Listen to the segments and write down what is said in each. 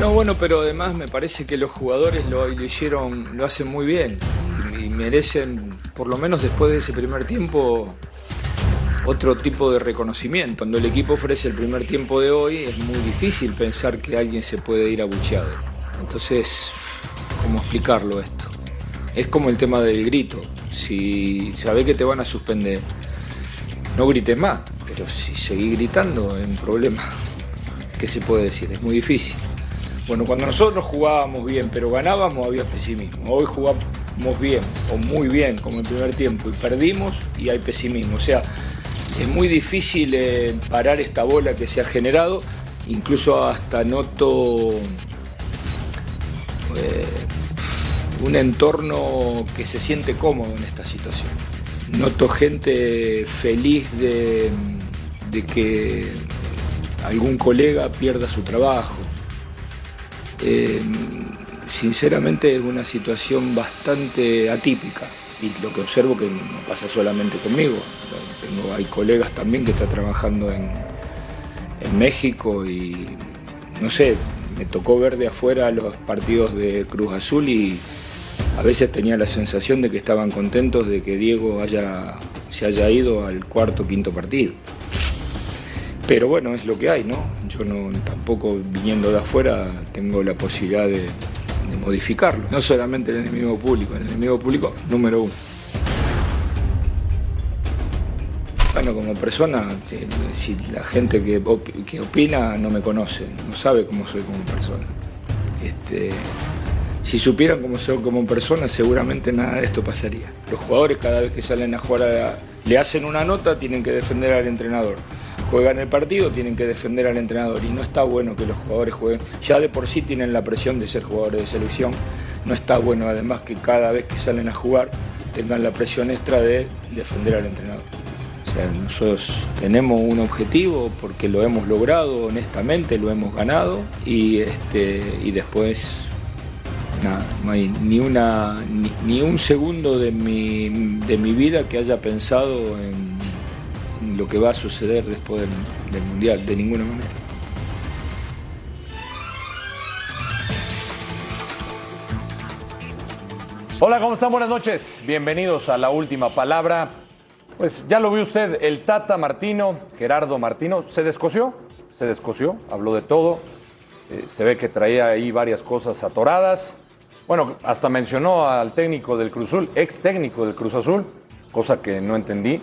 No, bueno, pero además me parece que los jugadores lo, lo hicieron, lo hacen muy bien y, y merecen, por lo menos después de ese primer tiempo, otro tipo de reconocimiento. Cuando el equipo ofrece el primer tiempo de hoy es muy difícil pensar que alguien se puede ir abucheado. Entonces, ¿cómo explicarlo esto? Es como el tema del grito. Si sabés que te van a suspender, no grites más, pero si seguís gritando, en problema. ¿Qué se puede decir? Es muy difícil. Bueno, cuando nosotros jugábamos bien, pero ganábamos, había pesimismo. Hoy jugamos bien, o muy bien, como el primer tiempo, y perdimos y hay pesimismo. O sea, es muy difícil eh, parar esta bola que se ha generado. Incluso hasta noto eh, un entorno que se siente cómodo en esta situación. Noto gente feliz de, de que algún colega pierda su trabajo. Eh, sinceramente es una situación bastante atípica y lo que observo que no pasa solamente conmigo. Tengo, hay colegas también que están trabajando en, en México y no sé, me tocó ver de afuera los partidos de Cruz Azul y a veces tenía la sensación de que estaban contentos de que Diego haya, se haya ido al cuarto o quinto partido. Pero bueno, es lo que hay, ¿no? Yo no, tampoco viniendo de afuera tengo la posibilidad de, de modificarlo. No solamente el enemigo público, el enemigo público número uno. Bueno, como persona, eh, si la gente que, op- que opina no me conoce, no sabe cómo soy como persona. Este, si supieran cómo soy como persona, seguramente nada de esto pasaría. Los jugadores cada vez que salen a jugar a- le hacen una nota, tienen que defender al entrenador. Juegan el partido, tienen que defender al entrenador. Y no está bueno que los jugadores jueguen. Ya de por sí tienen la presión de ser jugadores de selección. No está bueno además que cada vez que salen a jugar tengan la presión extra de defender al entrenador. O sea, nosotros tenemos un objetivo porque lo hemos logrado honestamente, lo hemos ganado y, este, y después nada, no hay ni, una, ni, ni un segundo de mi, de mi vida que haya pensado en, en lo que va a suceder después del, del Mundial, de ninguna manera. Hola, ¿cómo están? Buenas noches. Bienvenidos a la última palabra. Pues ya lo vio usted, el Tata Martino, Gerardo Martino, se descoció, se descoció, habló de todo. Eh, se ve que traía ahí varias cosas atoradas. Bueno, hasta mencionó al técnico del Cruz Azul, ex técnico del Cruz Azul, cosa que no entendí.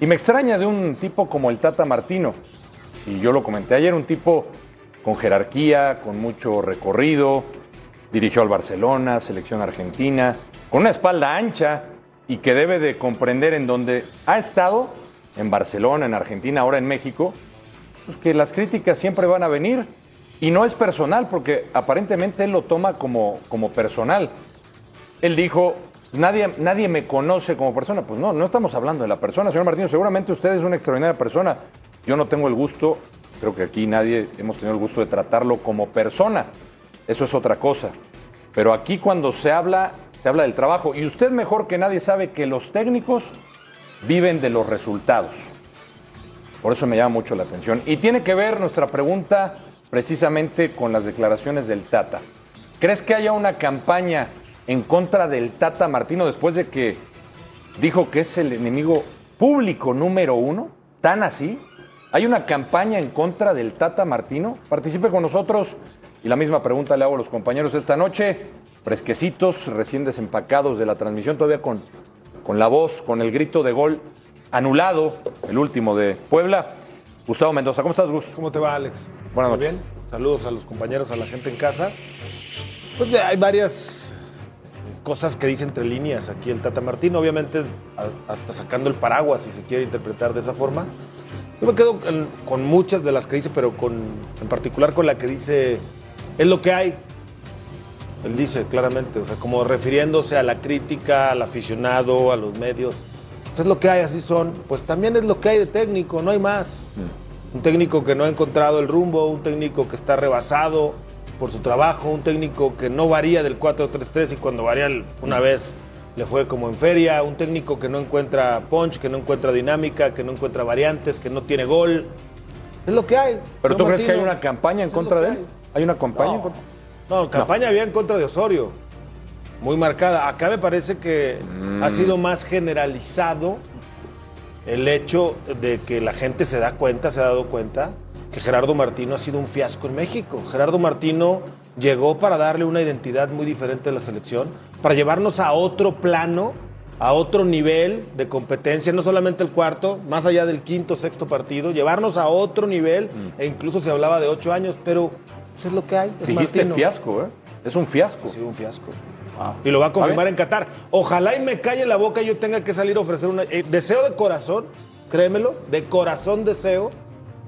Y me extraña de un tipo como el Tata Martino. Y yo lo comenté ayer, un tipo con jerarquía, con mucho recorrido, dirigió al Barcelona, selección argentina, con una espalda ancha y que debe de comprender en donde ha estado, en Barcelona, en Argentina, ahora en México, pues que las críticas siempre van a venir y no es personal, porque aparentemente él lo toma como, como personal. Él dijo, nadie, nadie me conoce como persona. Pues no, no estamos hablando de la persona, señor Martino. Seguramente usted es una extraordinaria persona. Yo no tengo el gusto, creo que aquí nadie hemos tenido el gusto de tratarlo como persona. Eso es otra cosa. Pero aquí cuando se habla, se habla del trabajo. Y usted mejor que nadie sabe que los técnicos viven de los resultados. Por eso me llama mucho la atención. Y tiene que ver nuestra pregunta precisamente con las declaraciones del Tata. ¿Crees que haya una campaña en contra del Tata Martino después de que dijo que es el enemigo público número uno? ¿Tan así? ¿Hay una campaña en contra del Tata Martino? Participe con nosotros y la misma pregunta le hago a los compañeros esta noche. Fresquecitos, recién desempacados de la transmisión, todavía con, con la voz, con el grito de gol anulado, el último de Puebla. Gustavo Mendoza. ¿Cómo estás, Gus? ¿Cómo te va, Alex? Buenas ¿Todo noches. bien? Saludos a los compañeros, a la gente en casa. Pues eh, hay varias cosas que dice entre líneas aquí el Tata Martín, obviamente a- hasta sacando el paraguas, si se quiere interpretar de esa forma. Yo me quedo en- con muchas de las que dice, pero con, en particular con la que dice, es lo que hay. Él dice claramente, o sea, como refiriéndose a la crítica, al aficionado, a los medios. Pues es lo que hay, así son. Pues también es lo que hay de técnico, no hay más. Un técnico que no ha encontrado el rumbo, un técnico que está rebasado por su trabajo, un técnico que no varía del 4-3-3 y cuando varía el- una vez le fue como en feria, un técnico que no encuentra punch, que no encuentra dinámica, que no encuentra variantes, que no tiene gol. Es lo que hay. ¿Pero señor tú crees que hay Martino. una campaña en Es lo contra que de él? hay. ¿Hay una campaña en No. contra? No, campaña había en contra de Osorio. Muy marcada. Acá me parece que ha Mm. sido más generalizado el hecho de que la gente se da cuenta, se ha dado cuenta, que Gerardo Martino ha sido un fiasco en México. Gerardo Martino llegó para darle una identidad muy diferente a la selección, para llevarnos a otro plano, a otro nivel de competencia, no solamente el cuarto, más allá del quinto, sexto partido, llevarnos a otro nivel, Mm. e incluso se hablaba de ocho años, pero eso es lo que hay. Es Dijiste Martino. fiasco, ¿eh? Es un fiasco. Ha sido un fiasco. Y lo va a confirmar en Qatar. Ojalá y me calle la boca y yo tenga que salir a ofrecer una. eh, deseo de corazón, créemelo, de corazón deseo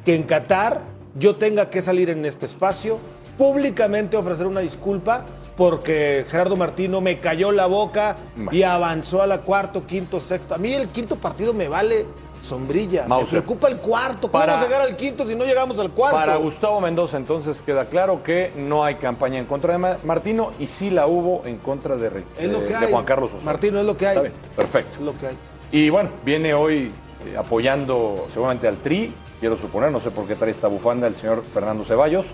que en Qatar yo tenga que salir en este espacio públicamente a ofrecer una disculpa porque Gerardo Martino me cayó la boca y avanzó a la cuarto, quinto, sexto. A mí el quinto partido me vale sombrilla. Mauser. Me preocupa el cuarto. ¿Cómo Para- vamos a llegar al quinto si no llegamos al cuarto? Para Gustavo Mendoza, entonces queda claro que no hay campaña en contra de Ma- Martino y sí la hubo en contra de, Re- es de- lo que de hay. Juan Carlos Osorio. Martino, es lo que hay. Está bien, perfecto. Es lo que hay. Y bueno, viene hoy eh, apoyando seguramente al Tri, quiero suponer, no sé por qué trae esta bufanda el señor Fernando Ceballos.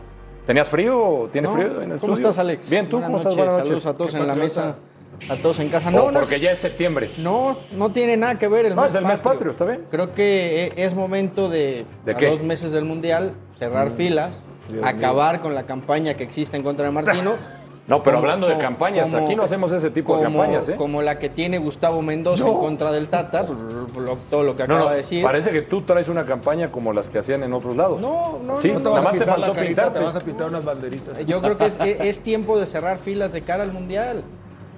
¿Tenías frío? ¿Tienes No. frío en el ¿Cómo estudio? estás, Alex? Bien, ¿tú Buenas cómo estás? noches. Buenas noches. Saludos a todos ¿Qué en la patriota? mesa, a todos en casa. No, No, no, porque ya es septiembre. no, no tiene nada que ver el No, mes es el mes patrio, ¿está bien? Creo que e- es momento de, ¿De a qué? Mm. dos meses del Mundial, cerrar filas, acabar con la campaña que existe en contra de Martino. No, pero Como- hablando de como- campañas, como- aquí no hacemos ese tipo de como- campañas, ¿eh? Como la que tiene Gustavo Mendoza en contra del Tata, por- por lo- todo lo que No, no, acaba de decir. parece que tú traes una campaña como las que hacían en otros lados. No, no, Sí, no te nada vas a más te faltó pintarte. Te vas a pintar unas banderitas. Yo creo que es, e- es tiempo de cerrar filas de cara al Mundial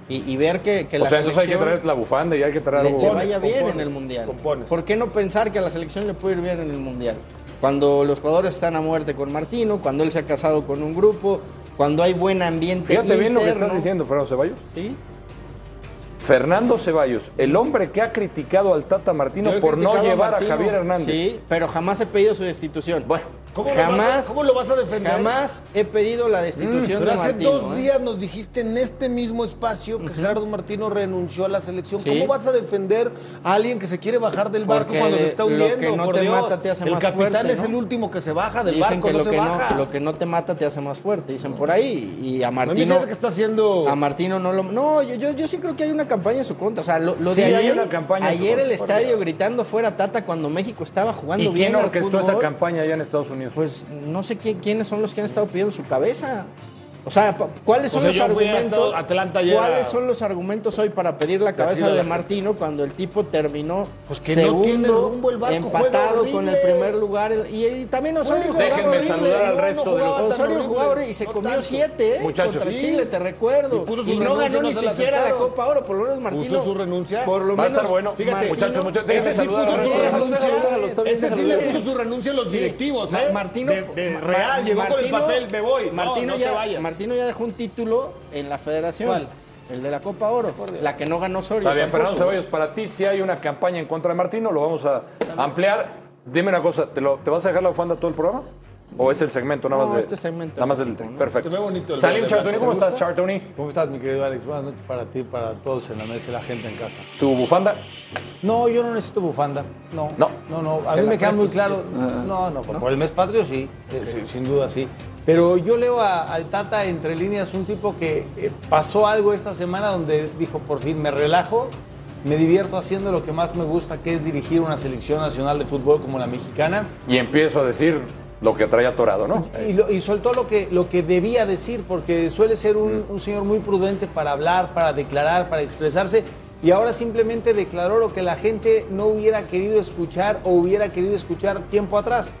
y, y ver que, que O la sea, entonces hay que selección- traer la bufanda y hay que traer le, le algo. vaya bien compones, en el mundial. compones. ¿Por qué no pensar que a la selección le puede ir bien en el mundial? Cuando los jugadores están a muerte con Martino, cuando él se ha casado con un grupo, cuando hay buen ambiente Fíjate bien lo que interno, estás diciendo, Fernando Ceballos. ¿sí? Fernando Ceballos, el hombre que ha criticado al Tata Martino Yo he por no criticado llevar Martino, a Javier Hernández. Sí, pero jamás he pedido su destitución. Bueno, ¿Cómo Lo vas jamás, a, ¿Cómo lo vas a defender? jamás he pedido la destitución Mm, Pero de hace Martino. dos ¿eh? días nos dijiste en este mismo espacio que Gerardo Martino renunció a la selección. Sí. ¿Cómo vas a defender a alguien que se quiere bajar del barco Porque cuando se le- está lo que hundiendo? no por te Dios, mata te hace el más capitán fuerte, es ¿no? el último que se baja del Dicen barco, que no lo, se que baja. no, lo que no te mata te hace más fuerte, dicen por ahí. Y a A mí me Martino, parece que está haciendo A Martino no lo. No, yo, yo, yo sí creo que hay una campaña en su contra. O sea, lo, lo Sí, de hay ayer. una campaña en su ayer el contra. estadio gritando fuera Tata cuando México estaba jugando ¿Y bien. quién al orquestó esa fútbol, campaña allá en Estados Unidos? Pues no sé quién- quiénes son los que han estado pidiendo su cabeza. O sea, pa- ¿cuáles O son sea, los yo fui a argumentos? Estados- Atlanta ayer ¿Cuáles a- son los argumentos hoy para pedir la cabeza a la de gente. Martino cuando el tipo terminó Pues que no tiene segundo, rumbo el barco, juega empatado con el horrible. primer lugar y, y también Osorio Déjenme jugaba horrible. saludar al resto de los- jugaba tan Osorio horrible. jugaba horrible y se No comió tanto. siete, ¿eh? Muchachos. Contra Sí. Chile, te recuerdo. Y puso Y, su no renuncia, ganó no ni se la siquiera la aceptaron. Copa Oro, por lo menos Martino. su renuncia. Por lo Va a menos estar bueno. Fíjate, Martino- muchachos, muchachos, déjenme Ese sí saludar puso al resto su de la renuncia. gente. Ese sí le puso Sí. su renuncia a los Sí. directivos. Ma- ¿eh? Martino, De- de Ma- Real, llegó con el Martino- papel, me voy. No, Martino, no te ya, vayas. Martino ya dejó un título en la federación. ¿Cuál? El de la Copa Oro, la que no ganó Osorio. Está bien, tampoco. Fernando Ceballos, para ti si hay una campaña en contra de Martino, lo vamos a ampliar. Dime una cosa, ¿te, lo- te vas a dejar la bufanda todo el programa? ¿O es el segmento nada No, más de este segmento. Nada más del No, no. Perfecto. Se ve bonito el Salim verde, Chartoni, ¿te ¿cómo gusta? estás, Chartoni? ¿Cómo estás, mi querido Alex? Buenas noches para ti, para todos en la mesa y la gente en casa. ¿Tu bufanda? No, yo no necesito bufanda. No. No. No, no. A mí me queda muy claro. No, no. Por, por el mes patrio sí, sí, sí, sin duda sí. Pero yo leo a- al Tata entre líneas un tipo que eh, pasó algo esta semana donde dijo, por fin me relajo, me divierto haciendo lo que más me gusta, que es dirigir una selección nacional de fútbol como la mexicana. Y empiezo a decir lo que trae atorado, ¿no? Y, lo- y soltó lo que, lo que debía decir, porque suele ser un, un señor muy prudente para hablar, para declarar, para expresarse. y ahora simplemente declaró lo que la gente no hubiera querido escuchar o hubiera querido escuchar tiempo atrás.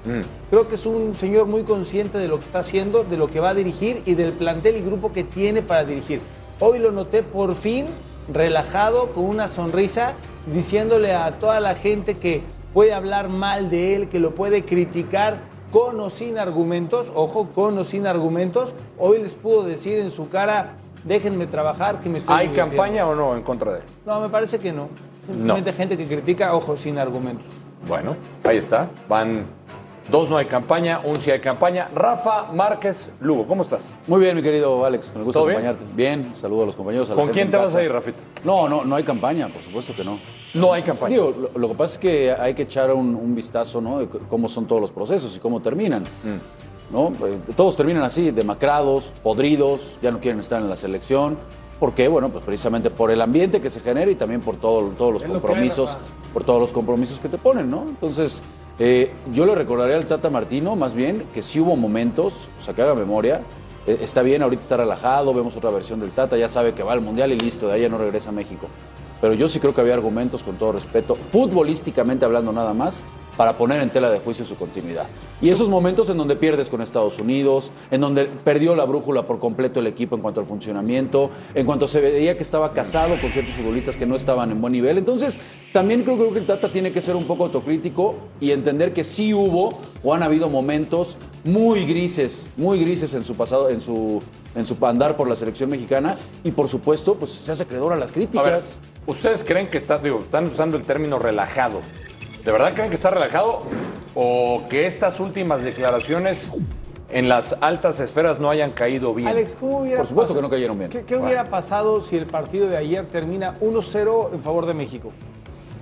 Creo que es un señor muy consciente de lo que está haciendo, de lo que va a dirigir y del plantel y grupo que tiene para dirigir. Hoy lo noté por fin relajado, con una sonrisa, diciéndole a toda la gente que puede hablar mal de él, que lo puede criticar con o sin argumentos, ojo, con o sin argumentos. Hoy les pudo decir en su cara, déjenme trabajar, que me estoy ¿Hay divirtiendo". campaña o no en contra de él? No, me parece que no. Simplemente gente que critica, ojo, sin argumentos. Bueno, ahí está. Van dos no hay campaña, un sí hay campaña. Rafa Márquez Lugo, ¿cómo estás? Muy bien, mi querido Alex, me gusta ¿Todo bien? acompañarte. Bien? saludo a los compañeros. a la ¿Con gente quién en te vas casa. a ir, Rafita? No, no, no hay campaña, por supuesto que no. No hay campaña. Digo, lo, lo que pasa es que hay que echar un, un vistazo, ¿no? De c- cómo son todos los procesos y cómo terminan. Mm. ¿no? Eh, Todos terminan así, demacrados, podridos, ya no quieren estar en la selección. ¿Por qué? Bueno, pues precisamente por el ambiente que se genera y también por todo- todos los lo que hay, compromisos, por todos los compromisos que te ponen, ¿no? Entonces, eh, yo le recordaré al Tata Martino, más bien, que sí hubo momentos, o sea, que haga memoria. eh, Está bien, ahorita está relajado, vemos otra versión del Tata, ya sabe que va al Mundial y listo, de ahí ya no regresa a México. Pero yo sí creo que había argumentos, con todo respeto, futbolísticamente hablando nada más, para poner en tela de juicio su continuidad. Y esos momentos en donde pierdes con Estados Unidos, en donde perdió la brújula por completo el equipo en cuanto al funcionamiento, en cuanto se veía que estaba casado con ciertos futbolistas que no estaban en buen nivel. Entonces, también creo, creo que el Tata tiene que ser un poco autocrítico y entender que sí hubo o han habido momentos muy grises, muy grises en su pasado, en su, en su andar por la selección mexicana y por supuesto, pues se hace acreedor a las A ver, críticas. ¿ustedes creen que está, digo, están usando el término relajado? ¿De verdad creen que está relajado? ¿O que estas últimas declaraciones en las altas esferas no hayan caído bien? Alex, ¿cómo hubiera Por supuesto que pasado- no cayeron bien. ¿Qué, qué hubiera pasado si el partido de ayer termina 1-0 en favor de México?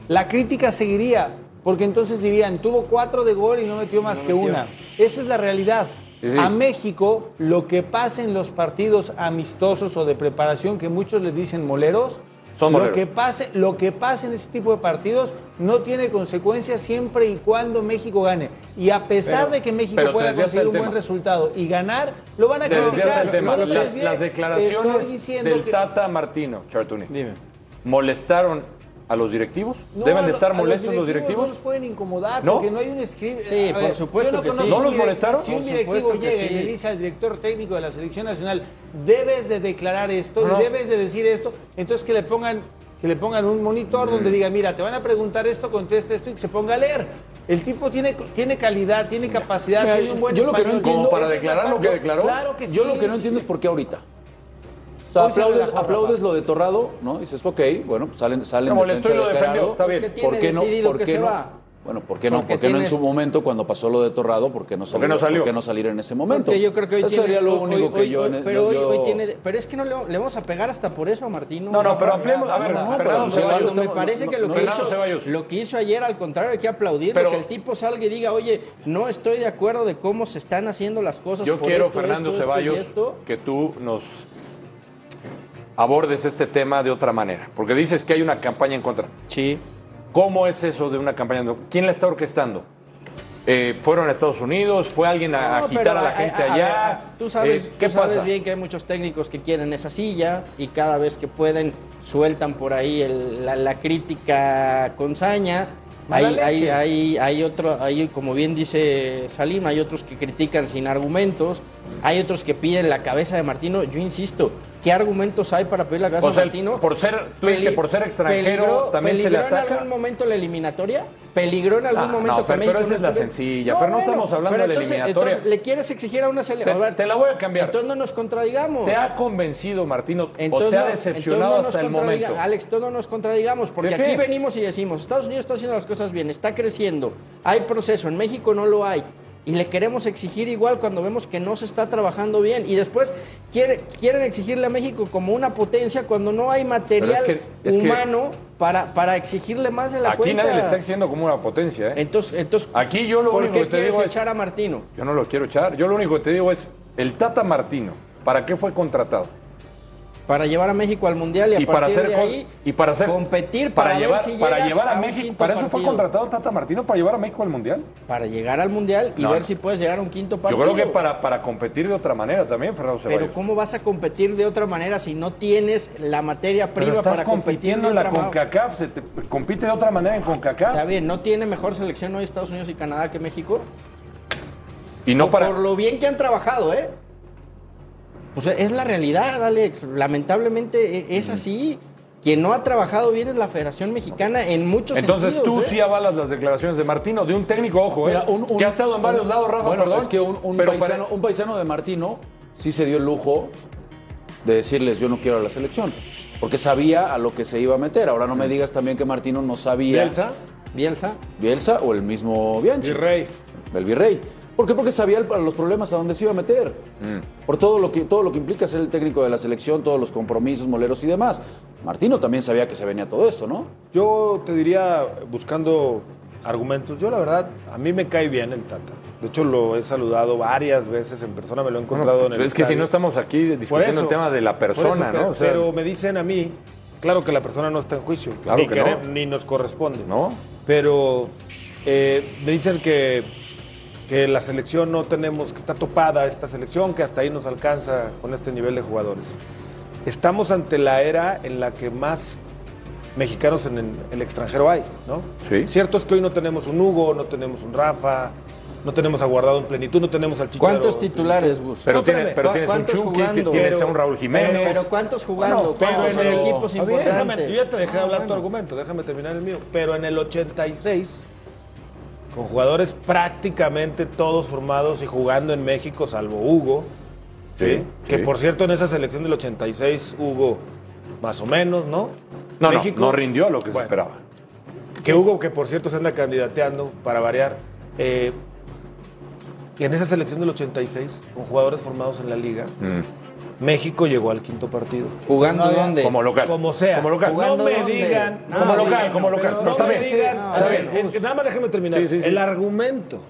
La crítica seguiría, porque entonces dirían, tuvo cuatro de gol y no metió más que una. Esa es la realidad. Sí, sí. A México, lo que pasa en los partidos amistosos o de preparación, que muchos les dicen moleros, Son lo moleros. que pase, lo que pase en ese tipo de partidos no tiene consecuencias siempre y cuando México gane. Y a pesar Pero- de que México pero te pueda desviaste conseguir del un buen tema. resultado y ganar, lo van a Te desviaste criticar. del tema. Lo Las, desvié. las Estoy declaraciones diciendo del que- Tata Martino, Chartuni, Dime. ¿molestaron a los directivos? No, ¿Deben a de lo- estar a molestos los No los directivos? pueden incomodar ¿No? porque no hay un script. Sí, A por supuesto yo que sí. conozco ¿No un los directivo- molestaron? Si un Por directivo supuesto que llega y sí. le dice al director técnico de la selección nacional, debes de declarar esto, No. y debes de decir esto, entonces que le pongan que le pongan un monitor Mm. donde diga, mira, te van a preguntar esto, contesta esto y que se ponga a leer. El tipo tiene, tiene calidad, tiene capacidad, Mira, tiene un buen yo lo que no español. entiendo- Como para Esa es la declarar lo parte- que declaró, Claro que sí. Yo lo que no entiendo es por qué ahorita. O sea, Hoy se aplaudes, relajó, aplaudes Rafa. lo de Torrado, ¿no? Dices, ok, bueno, pues salen, salen Se en molestó defensa y lo de defendió, Gerardo. está bien. Porque ¿Por tiene qué no? decidido ¿Por que qué se no? va. Bueno, ¿por qué no? Porque ¿Por qué no en tienes- su momento cuando pasó lo de Torrado? ¿Por qué no salió? no salió? ¿Por qué no salir en ese momento? Porque yo creo que hoy Eso tiene- sería lo hoy- único hoy- que yo, hoy- en- pero hoy, yo- hoy tiene. Pero es que no le, le vamos a pegar hasta por eso a Martino. No, no, pero ampliemos. A ver, No, pero Fernando Ceballos, no, no, Cuando me estamos- parece que lo no, que, Fernando hizo, Ceballos. lo que hizo ayer, al contrario, hay que aplaudir Pero- que el tipo salga y diga, oye, no estoy de acuerdo de cómo se están haciendo las cosas. Yo por quiero, esto, Fernando esto, esto y Ceballos, esto". que tú nos abordes este tema de otra manera. Porque dices que hay una campaña en contra. Sí. ¿Cómo es eso de una campaña? en contra? ¿Quién la está orquestando? Eh, ¿Fueron a Estados Unidos? ¿Fue alguien a No, agitar pero a la a- gente a- a allá? ver, a- tú sabes, Eh, ¿Qué tú sabes pasa? bien que hay muchos técnicos que quieren esa silla y cada vez que pueden sueltan por ahí el- la, la crítica con saña. Hay, Mala hay, leche. hay, hay otro, hay, como bien dice Salim, hay otros que critican sin argumentos, hay otros que piden la cabeza de Martino. Yo insisto, ¿qué argumentos hay para pedir la cabeza O sea, de Martino? por ser- tú dices que por ser extranjero también se le peligró en ataca. algún momento la eliminatoria? ¿Peligró en algún Ah, momento no, que Fer, pero México esa es la estuviera- sencilla. Fer, no estamos hablando pero de la eliminatoria. entonces, ¿Le quieres exigir a una Te- selección? te la voy a cambiar. Entonces no nos contradigamos. ¿Te ha convencido, Martino? ¿O te no- ha decepcionado entonces no hasta el nos contradiga- momento? Alex, entonces no nos contradigamos, porque ¿De qué? aquí venimos y decimos, Estados Unidos está haciendo las cosas bien, está creciendo, hay proceso, en México no lo hay. Y le queremos exigir igual cuando vemos que no se está trabajando bien. Y después quiere- quieren exigirle a México como una potencia cuando no hay material que- es que- humano para, para exigirle más de la Aquí cuenta. nadie le está exigiendo como una potencia. ¿eh? Entonces, entonces, Aquí yo lo ¿por único qué que te quieres digo es- echar a Martino? Yo no lo quiero echar. Yo lo único que te digo es, el Tata Martino, ¿para qué fue contratado? para llevar a México al Mundial y, a y para partir hacer de co- ahí y para hacer competir para, para, ver llevar si para llegas llevar a, un México quinto para eso fue partido. contratado Tata Martino para llevar a México al mundial Para llegar al Mundial y No, ver no. si puedes llegar a un quinto yo partido. creo que para, para competir de otra manera también Fernando Ceballos Pero ¿cómo vas a competir de otra manera si no tienes la materia Pero prima estás para competir compitiendo de en la otra ma- CONCACAF se te- compite de otra manera en CONCACAF Está bien, ¿no tiene mejor selección hoy Estados Unidos y Canadá que México? y no Por- para Por lo bien que han trabajado, ¿eh? Pues es la realidad, Alex. Lamentablemente e- es así. Quien no ha trabajado bien es la Federación Mexicana en muchos entonces sentidos. tú ¿eh? sí avalas las declaraciones de Martino de un técnico ojo eh, Mira, un- un- que ha estado en varios lados Rafa Bueno, perdón es que un, un pero para- paisano, un paisano de Martino sí se dio el lujo de decirles yo no quiero a la selección, porque sabía a lo que se iba a meter. Ahora no me digas también que Martino no sabía Bielsa, Bielsa. Bielsa o el mismo Bianchi. Virrey. El virrey. ¿Por qué? Porque sabía el- los problemas a dónde se iba a meter. Mm. Por todo lo, que, todo lo que implica ser el técnico de la selección, todos los compromisos, moleros y demás. Martino también sabía que se venía todo esto, ¿no? Yo te diría, buscando argumentos, yo la verdad, a mí me cae bien el Tata. De hecho, lo he saludado varias veces en persona, me lo he encontrado en el es que si estadio. no estamos aquí Por discutiendo eso, el tema de la por eso, persona pero, no O sea, pero me dicen a mí, claro que la persona no está en juicio, Claro ni, que no. quere- ni nos corresponde. no Pero eh, me dicen que, que la selección no tenemos, que está topada esta selección, que hasta ahí nos alcanza con este nivel de jugadores. Estamos ante la era en la que más mexicanos en el, el extranjero hay, ¿no? Sí. Cierto es que hoy no tenemos un Hugo, no tenemos un Rafa, no tenemos a Guardado en plenitud, no tenemos al Chicharo. ¿Cuántos en titulares, plenitud. Gus? pero, No, tiene- espérame. pero ¿Cu- tienes un cuántos Chucky jugando? tienes a un Raúl Jiménez Pero ¿cuántos jugando? Bueno, pero ¿Cuántos en en el- equipos A ver, déjame- importantes? yo ya te dejé Ah, hablar tu bueno. argumento, déjame terminar el mío. Pero en el 86, con jugadores prácticamente todos formados y jugando en México, salvo Hugo, Sí, ¿sí? que sí. por cierto en esa selección del 86, Hugo, más o menos, ¿no? no, no, México- no rindió lo que se Bueno, esperaba. Que Hugo, que por cierto se anda candidateando, para variar, eh, en esa selección del 86, con jugadores formados en la liga, Mm. México llegó al quinto partido. ¿Jugando dónde? Como local. Como sea. Como local. Jugando No me dónde? digan. No, como local, bueno, como local. pero No, está me bien. digan. Sí, no, a está ver, bien. es que nada más déjame terminar. Sí, sí, sí. El argumento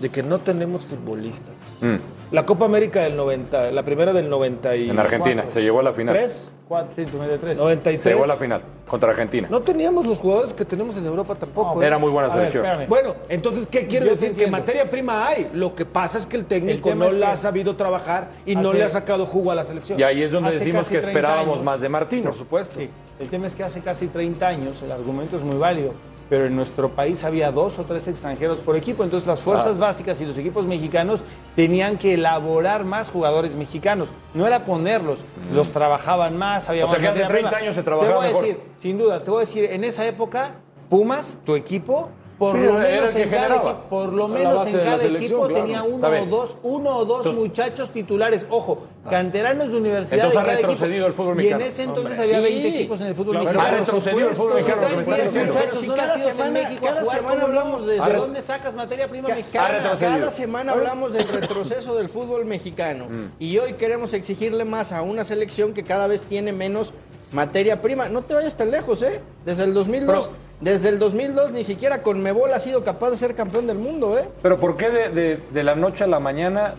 de que no tenemos futbolistas. Mm. La Copa América del 90, la primera del 90 y En Argentina, se llegó a la final. ¿Tres? Cuatro, sí, tú me de tres. 93. Se llegó a la final contra Argentina. No teníamos los jugadores que tenemos en Europa tampoco. ¿eh? Era muy buena A ver, selección. espérame. Bueno, entonces, ¿qué quiere Yo decir? sí Que entiendo. materia prima hay. Lo que pasa es que el técnico tema no es la que- ha sabido trabajar y no Hace- le ha sacado jugo a la selección. y ahí es donde Hace decimos casi que 30 esperábamos años. más de Martino. Por supuesto. Sí, el tema es que hace casi 30 años, el argumento es muy válido, pero en nuestro país había dos o tres extranjeros por equipo, entonces las fuerzas básicas y los equipos mexicanos tenían que elaborar más jugadores mexicanos, no era ponerlos, los trabajaban más, había O sea, más que hace materia 30 prima. años se trabajaba Te voy a mejor. decir, sin duda, te voy a decir, en esa época, Pumas, tu equipo, por Sí, lo era menos el que en cada generaba. equipo, por lo La menos base en de la cada selección, equipo claro. tenía Está uno o bien. dos, uno o dos Entonces- Ah. muchachos titulares, ojo, canteranos de universidad Entonces de ha cada equipo. retrocedido el fútbol Y mexicano. en ese entonces Hombre, había sí. 20 equipos en el fútbol Claro, mexicano. ha retrocedido el fútbol Si mexicano, traes lo que me estás 10 diciendo. muchachos Si no cada nacidos en semana- México cada a jugar, semana ¿cómo no? hablamos de ¿A eso. dónde sacas materia prima Ca- mexicana? Ha Cada, retrocedido. cada semana hablamos del retroceso del fútbol mexicano Mm. y hoy queremos exigirle más a una selección que cada vez tiene menos materia prima. No te vayas tan lejos, ¿eh? Desde el 2002, desde el 2002 ni siquiera Conmebol ha sido capaz de ser campeón del mundo, ¿eh? Pero ¿por qué de, de- de la noche a la mañana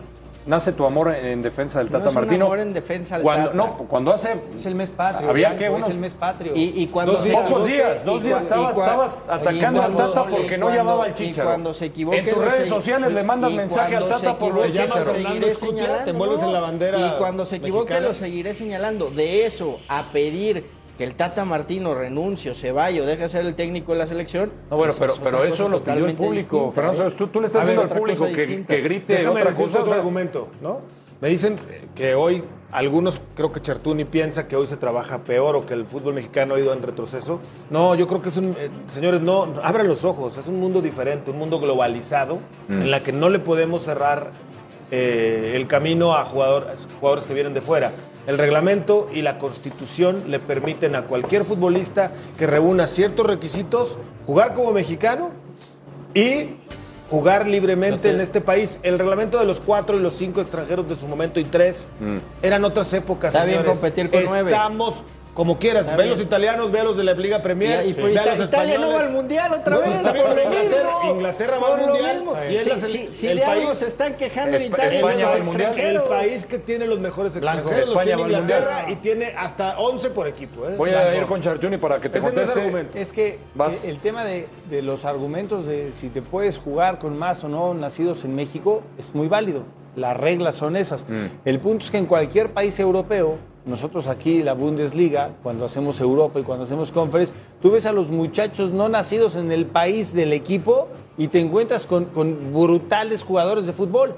nace tu amor en, en defensa del No Tata es un Martino? amor en defensa del cuando, Tata. No, cuando hace Es el mes patrio. Había Blanco, que unos- Es el mes patrio. Y, y cuando Dos se días. equivoque- Pocos días, dos y días cua- estabas- y cua- estabas y atacando al cuando- Tata porque y no cuando- llamaba al Y Chicharo. cuando se equivoque En tus le redes segui- sociales le mandas y mensaje cuando al Tata se por lo de equivoque, Chicharo. lo seguiré Escutia, te señalando, envuelves en la bandera Y cuando se equivoque mexicana. lo seguiré señalando. De eso a pedir que el Tata Martino renuncie o se vaya o deje de ser el técnico de la selección. No, bueno, esa pero, es otra pero cosa eso lo pidió el totalmente público. distinta, Fernando, ¿eh? Suárez, tú, tú le estás A ver, diciendo al otra cosa público que, distinta. que grite Déjame otra decirte cosa. otro o sea, argumento, ¿no? Me dicen que hoy, algunos, creo que Chartuni piensa que hoy se trabaja peor o que el fútbol mexicano ha ido en retroceso. No, yo creo que es un. eh, señores, no, no, abran los ojos. Es un mundo diferente, un mundo globalizado en la que no le podemos cerrar eh, el camino a jugadores, jugadores que vienen de fuera. El reglamento y la constitución le permiten a cualquier futbolista que reúna ciertos requisitos jugar como mexicano y jugar libremente en este país. El reglamento de los cuatro y los Mm. cinco extranjeros de su momento y tres eran otras épocas. Está bien señores. competir con nueve. Estamos Como quieras, ve los italianos, ve los de la Liga Premier, Y- y por ve a Ita- los Italia españoles. no va al mundial otra No, vez. está bien, por pero lo Inglaterra- mismo. Inglaterra va al Por lo Mundial. mismo. Y él Si- es el- si- si el de algo país- se están quejando en Espa- Italia, España es va de al los Mundial. El extranjeros. país que tiene los mejores Blanco. extranjeros España lo va al tiene Mundial. Inglaterra y tiene hasta 11 por equipo. ¿eh? Voy a ir con Charchuni para que te Ese no es conteste. argumento. Es que Vas. eh, el tema de, de los argumentos de si te puedes jugar con más o no nacidos en México es muy válido. Las reglas son esas. Mm. El punto es que en cualquier país europeo, nosotros aquí, la Bundesliga, cuando hacemos Europa y cuando hacemos Conference, tú ves a los muchachos no nacidos en el país del equipo y te encuentras con, con brutales jugadores de fútbol.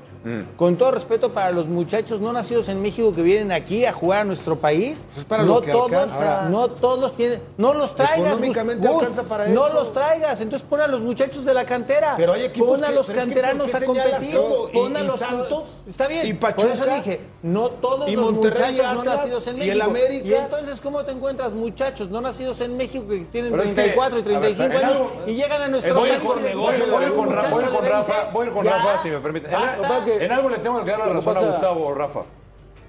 Con todo respeto para los muchachos no nacidos en México que vienen aquí a jugar a nuestro país, Pues es para no, lo que todos, alcanza. no todos tienen, no los traigas. Gus. Económicamente Gus, alcanza para No eso. los traigas. Entonces pon a los muchachos de la cantera. Pero hay equipos Pon a que- los pero es que canteranos ¿por qué a señalas competir. todo? Y- Pon a y los Santos, Está bien. y Por eso Pachuca, dije, no todos y los Monterrey, muchachos no Atlas, nacidos en y México. el América. Y entonces, ¿cómo te encuentras muchachos no nacidos en México que tienen Pero es que, 34 a ver, y 35 es años algo- y llegan a nuestro Voy a ir país? con, y les voy a ir dicen, "Oye, con Rafa, muchacho voy a ir con de Rafa, 20". voy a ir con Ya. Rafa, si me permite. En- Basta. En algo le tengo que dar la Lo que razón a pasa- Gustavo o Rafa. A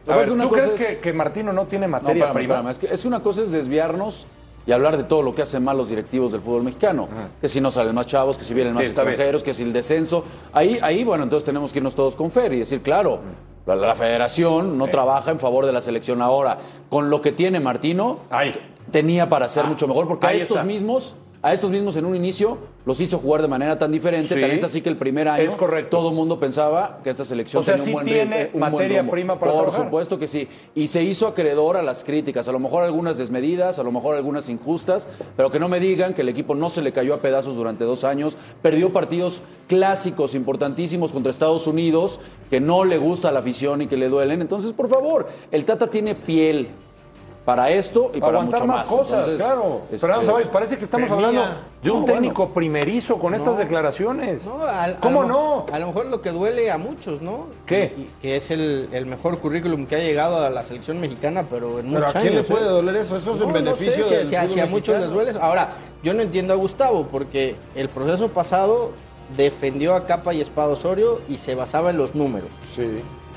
Aparte, ver, una ¿tú cosa crees es- que, que Martino no tiene No, materia espérame, prima? espérame. Es, que, es que una cosa es desviarnos y hablar de todo lo que hacen mal los directivos del fútbol mexicano. Que si no salen más chavos, que si vienen más Sí, está bien. extranjeros, que si el descenso. Ahí, ahí, bueno, entonces tenemos que irnos todos con Fer y decir, claro, la, la federación no trabaja en favor de la selección ahora. Con lo que tiene Martino, Ahí. Ah, tenía para ser mucho mejor, porque a ahí estos está. mismos... A estos mismos en un inicio los hizo jugar de manera tan diferente, Sí. tan es así que el primer año Es correcto. todo el mundo pensaba que esta selección O sea, tenía sí un buen tiene ritmo, un buen materia rumbo. prima para Por trabajar. supuesto supuesto que sí. Y se hizo acreedor a las críticas, a lo mejor algunas desmedidas, a lo mejor algunas injustas, pero que no me digan que el equipo no se le cayó a pedazos durante dos años. Perdió partidos clásicos importantísimos contra Estados Unidos que no le gusta a la afición y que le duelen. Entonces, por favor, el Tata tiene piel. Para esto y para aguantar mucho más, más. cosas, Entonces, claro. este, Fernando Ceballos, parece que estamos tenía- hablando de un No, técnico primerizo con estas declaraciones. No, al- a ¿Cómo lo- no? A lo mejor lo que duele a muchos, ¿no? ¿Qué? Y- y que es el, el mejor currículum que ha llegado a la selección mexicana, pero en Pero muchos ¿a quién le años, ¿eh? puede doler eso? Eso es No, en no beneficio sé si- del si, a- si fútbol a muchos les mexicano. duele. Ahora, yo no entiendo a Gustavo porque el proceso pasado defendió a capa y espada Osorio y se basaba en los números. Sí.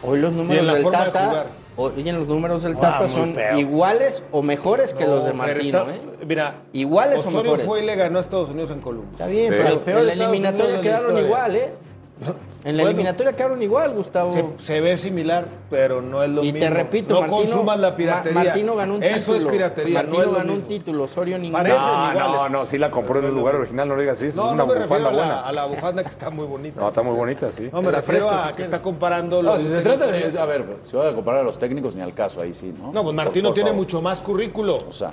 Hoy los números la del forma de Tata, jugar. hoy en los números del Ah, Tata muy son feo. iguales o mejores que los de No, Fer, Martino, está- ¿eh? Mira, Iguales o Osorio mejores. fue y le ganó a Estados Unidos en Columbus. Está bien, Sí. pero El peor en la Estados eliminatoria Unidos de la quedaron historia. igual, ¿eh? En la Bueno. eliminatoria quedaron igual, Gustavo. Se, se ve similar, pero no es lo y mismo. te repito, no Martino, consumas la piratería. Ma- Martino ganó un título. Eso es piratería. Martino no es lo ganó un mismo. título, Osorio ninguno. Parecen no, no, iguales. no, sí la compró en un lugar original, no le digas eso. No, es una no me refiero bufanda a la, buena. a la bufanda que está muy bonita. No, está muy bonita, sí. No, me La refiero presto, a si que quieres. está comparando. No, los si se trata de. A ver, si vas a comparar a los técnicos ni al caso ahí sí, ¿no? No, pues Martino Por- por tiene favor. mucho más currículo. O sea,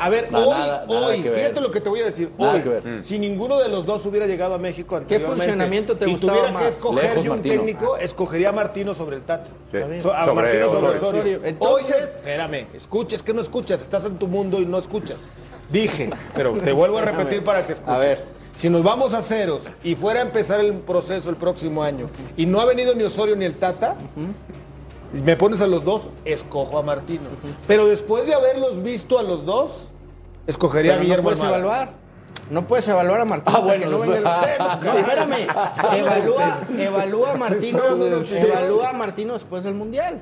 a ver, nada, hoy, nada, nada hoy, que ver. fíjate lo que te voy a decir. Nada hoy, que ver. Mm. si ninguno de los dos hubiera llegado a México anteriormente, funcionamiento te y gustaba tuviera que más? escoger Lejos yo un Martino. técnico, escogería a Martino sobre el Tata. Sí. Está bien. So- A Sobre Martino sobre Osorio. Osorio. Osorio. Entonces- hoy es, espérame, escucha, es que no escuchas, estás en tu mundo y no escuchas. Dije, pero te vuelvo a repetir para que escuches. A ver. Si nos vamos a ceros y fuera a empezar el proceso el próximo año y no ha venido ni Osorio ni el Tata, y me pones a los dos, escojo a Martino. Pero después de haberlos visto a los dos, Pero escogería a no Guillermo puedes Almada. evaluar. No puedes evaluar a Martino Ah, hasta bueno, que no los- venga el- ah, No, espérame. Evalúa, evalúa a Martino. Estoy dando los tips. Evalúa a Martino después del Mundial.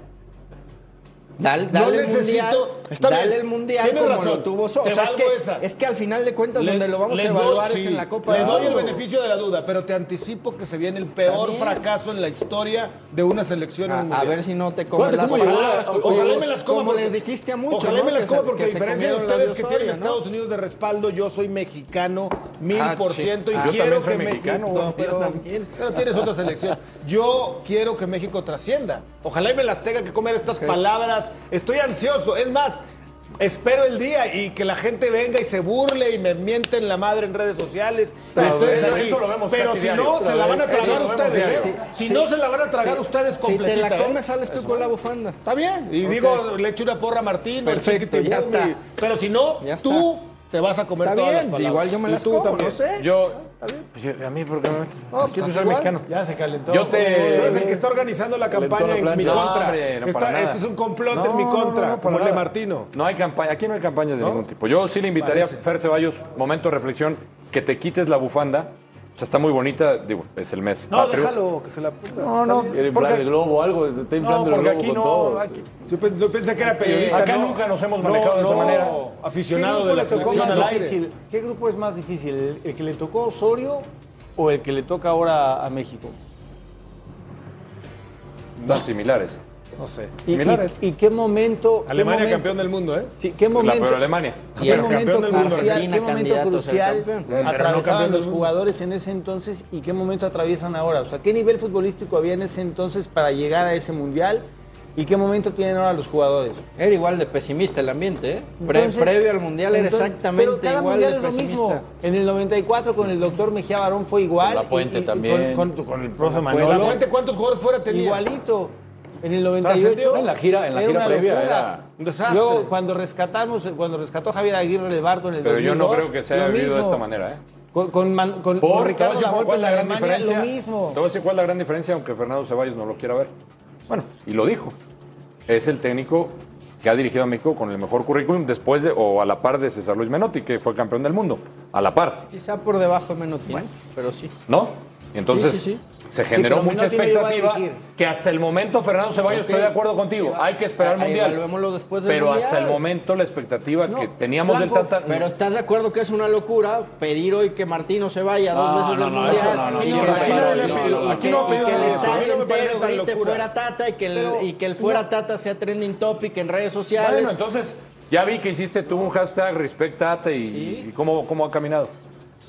Dal- Dale, No el necesito- mundial, está bien, dale el mundial tienes como razón, lo tuvo Osorio. te O sea, es valgo que, esa. es que al final de cuentas, Le- donde lo vamos a le doy- evaluar es sí, en la Copa Le del doy el Mundo. beneficio de la duda, pero te anticipo que se viene el peor bien. fracaso en la historia de una selección en A, un a mundial. ver si no te comes Cuate, las ¿cómo llegó? palabras. Ojalá- Oye, Ojalá vos, me las coma Como porque- les dijiste a muchos. Ojalá ¿no? me las Que coma se- porque que a se diferencia de comieron las ustedes que tienen Osorio, ¿no? Estados Unidos de respaldo, yo soy mexicano mil Ah, por sí. ciento y Ah, yo quiero también soy que México. mexicano, No, yo pero, también. pero tienes otra selección. Yo quiero que México trascienda. Ojalá y me las tenga que comer estas palabras. Estoy ansioso. Es más. Espero el día y que la gente venga y se burle y me mienten la madre en redes sociales. Claro, Ustedes eso- aquí. eso lo vemos Pero casi si diario. no, se la van a Eso lo tragar vemos ustedes. diario. ¿eh? Si no, se la van a tragar ustedes Si completita. te la ¿eh? comes, sales tú con la bufanda. Está bien. Y digo, le echo una porra a Martín, al Perfecto, Chiquete ya Bumi. está. Pero si no, Ya está. tú te vas a comer Está todas las bien, palabras. igual yo me Y las tú como, también. no sé. Ah, Yo, pues, yo- A mí, ¿por qué me metes? No, Yo pues, soy igual. mexicano. Ya se calentó. Yo Tú eres te. el que está organizando la Calentó campaña la en mi plancha. No, contra. hombre, no, Está- para nada. este es un complot No, en mi no, contra, no, no, como para el de nada. Martino. No hay campaña, aquí no hay campaña de ¿No? ningún tipo. Yo sí le invitaría Parece. a Fer Ceballos, momento de reflexión, que te quites la bufanda, O sea, está muy bonita, digo, es el mes. No, patrio. déjalo, que se la ponga. No, no. Quiere inflar Porque- el globo o algo, está inflando No, el porque globo aquí con no. todo. Eh, aquí- Yo, pe- yo pensé que era periodista. Acá ¿no? nunca nos hemos manejado de esa manera. Aficionado de la ¿Qué grupo selección le tocó al más aire. difícil? ¿Qué grupo es más difícil? ¿El- ¿El que le tocó a Osorio o el que le toca ahora a México? Tan similares. No sé. ¿Y, y- Similares. y qué momento. qué Alemania momento- campeón del mundo, ¿eh? Sí, ¿qué La momento? peor Alemania. Y ¿Qué el momento campeón del mundo, crucial, Argentina, qué momento candidato a ser crucial campeón. Pero no campeón atravesaban del los mundo. jugadores en ese entonces y qué momento atraviesan ahora? O sea, ¿qué nivel futbolístico había en ese entonces para llegar a ese mundial y qué momento tienen ahora los jugadores? Era igual de pesimista el ambiente, ¿eh? Pre- Entonces- previo al mundial era entonces- exactamente pero cada igual mundial de es lo pesimista. mismo. En el 94 con el doctor Mejía Barón fue igual. Con La Puente también. Con, con- con el profe Bueno, Manolo. Lapuente, ¿cuántos jugadores fuera tenía? Igualito. En el ¿Trascendió? 98. En la gira- en la gira una previa locura. era un desastre. Luego, cuando rescatamos, cuando rescató Javier Aguirre el barco en el Pero yo no 2002, creo que se haya lo vivido de mismo. esta manera, ¿eh? Con, con, Man- Por- con- con te voy a Ricardo decir Lavolpe cuál en es la la gran Alemania, diferencia. lo mismo. Te voy a decir cuál es la gran diferencia, aunque Fernando Ceballos no lo quiera ver. Bueno, y lo dijo. Es el técnico que ha dirigido a México con el mejor currículum después de, o a la par de César Luis Menotti, que fue campeón del mundo. A la par, Quizá por debajo menos tiene, pero sí. ¿no? Y entonces Sí, sí, sí. se generó Sí, pero mucha Menotti no iba a expectativa dirigir. que hasta el momento, Fernando Ceballos, Ok. estoy de acuerdo contigo. Eva- Hay que esperar el a- mundial. Ah, evaluémoslo después del pero hasta Mundial. el momento la expectativa que teníamos del Blanco, Tata... Pero estás de acuerdo que es una locura pedir hoy que Martino se vaya dos No, veces no, del no, mundial eso no, no, y no, que- no, no, y- y- no, y- no, no, y que- no, y que el no, estadio no me parece entero tan grite locura. fuera Tata y que el, Pero- y que el fuera Tata sea trending topic en redes sociales. Bueno, entonces ya vi que hiciste tú un hashtag respectate y, Sí. y cómo, cómo ha caminado.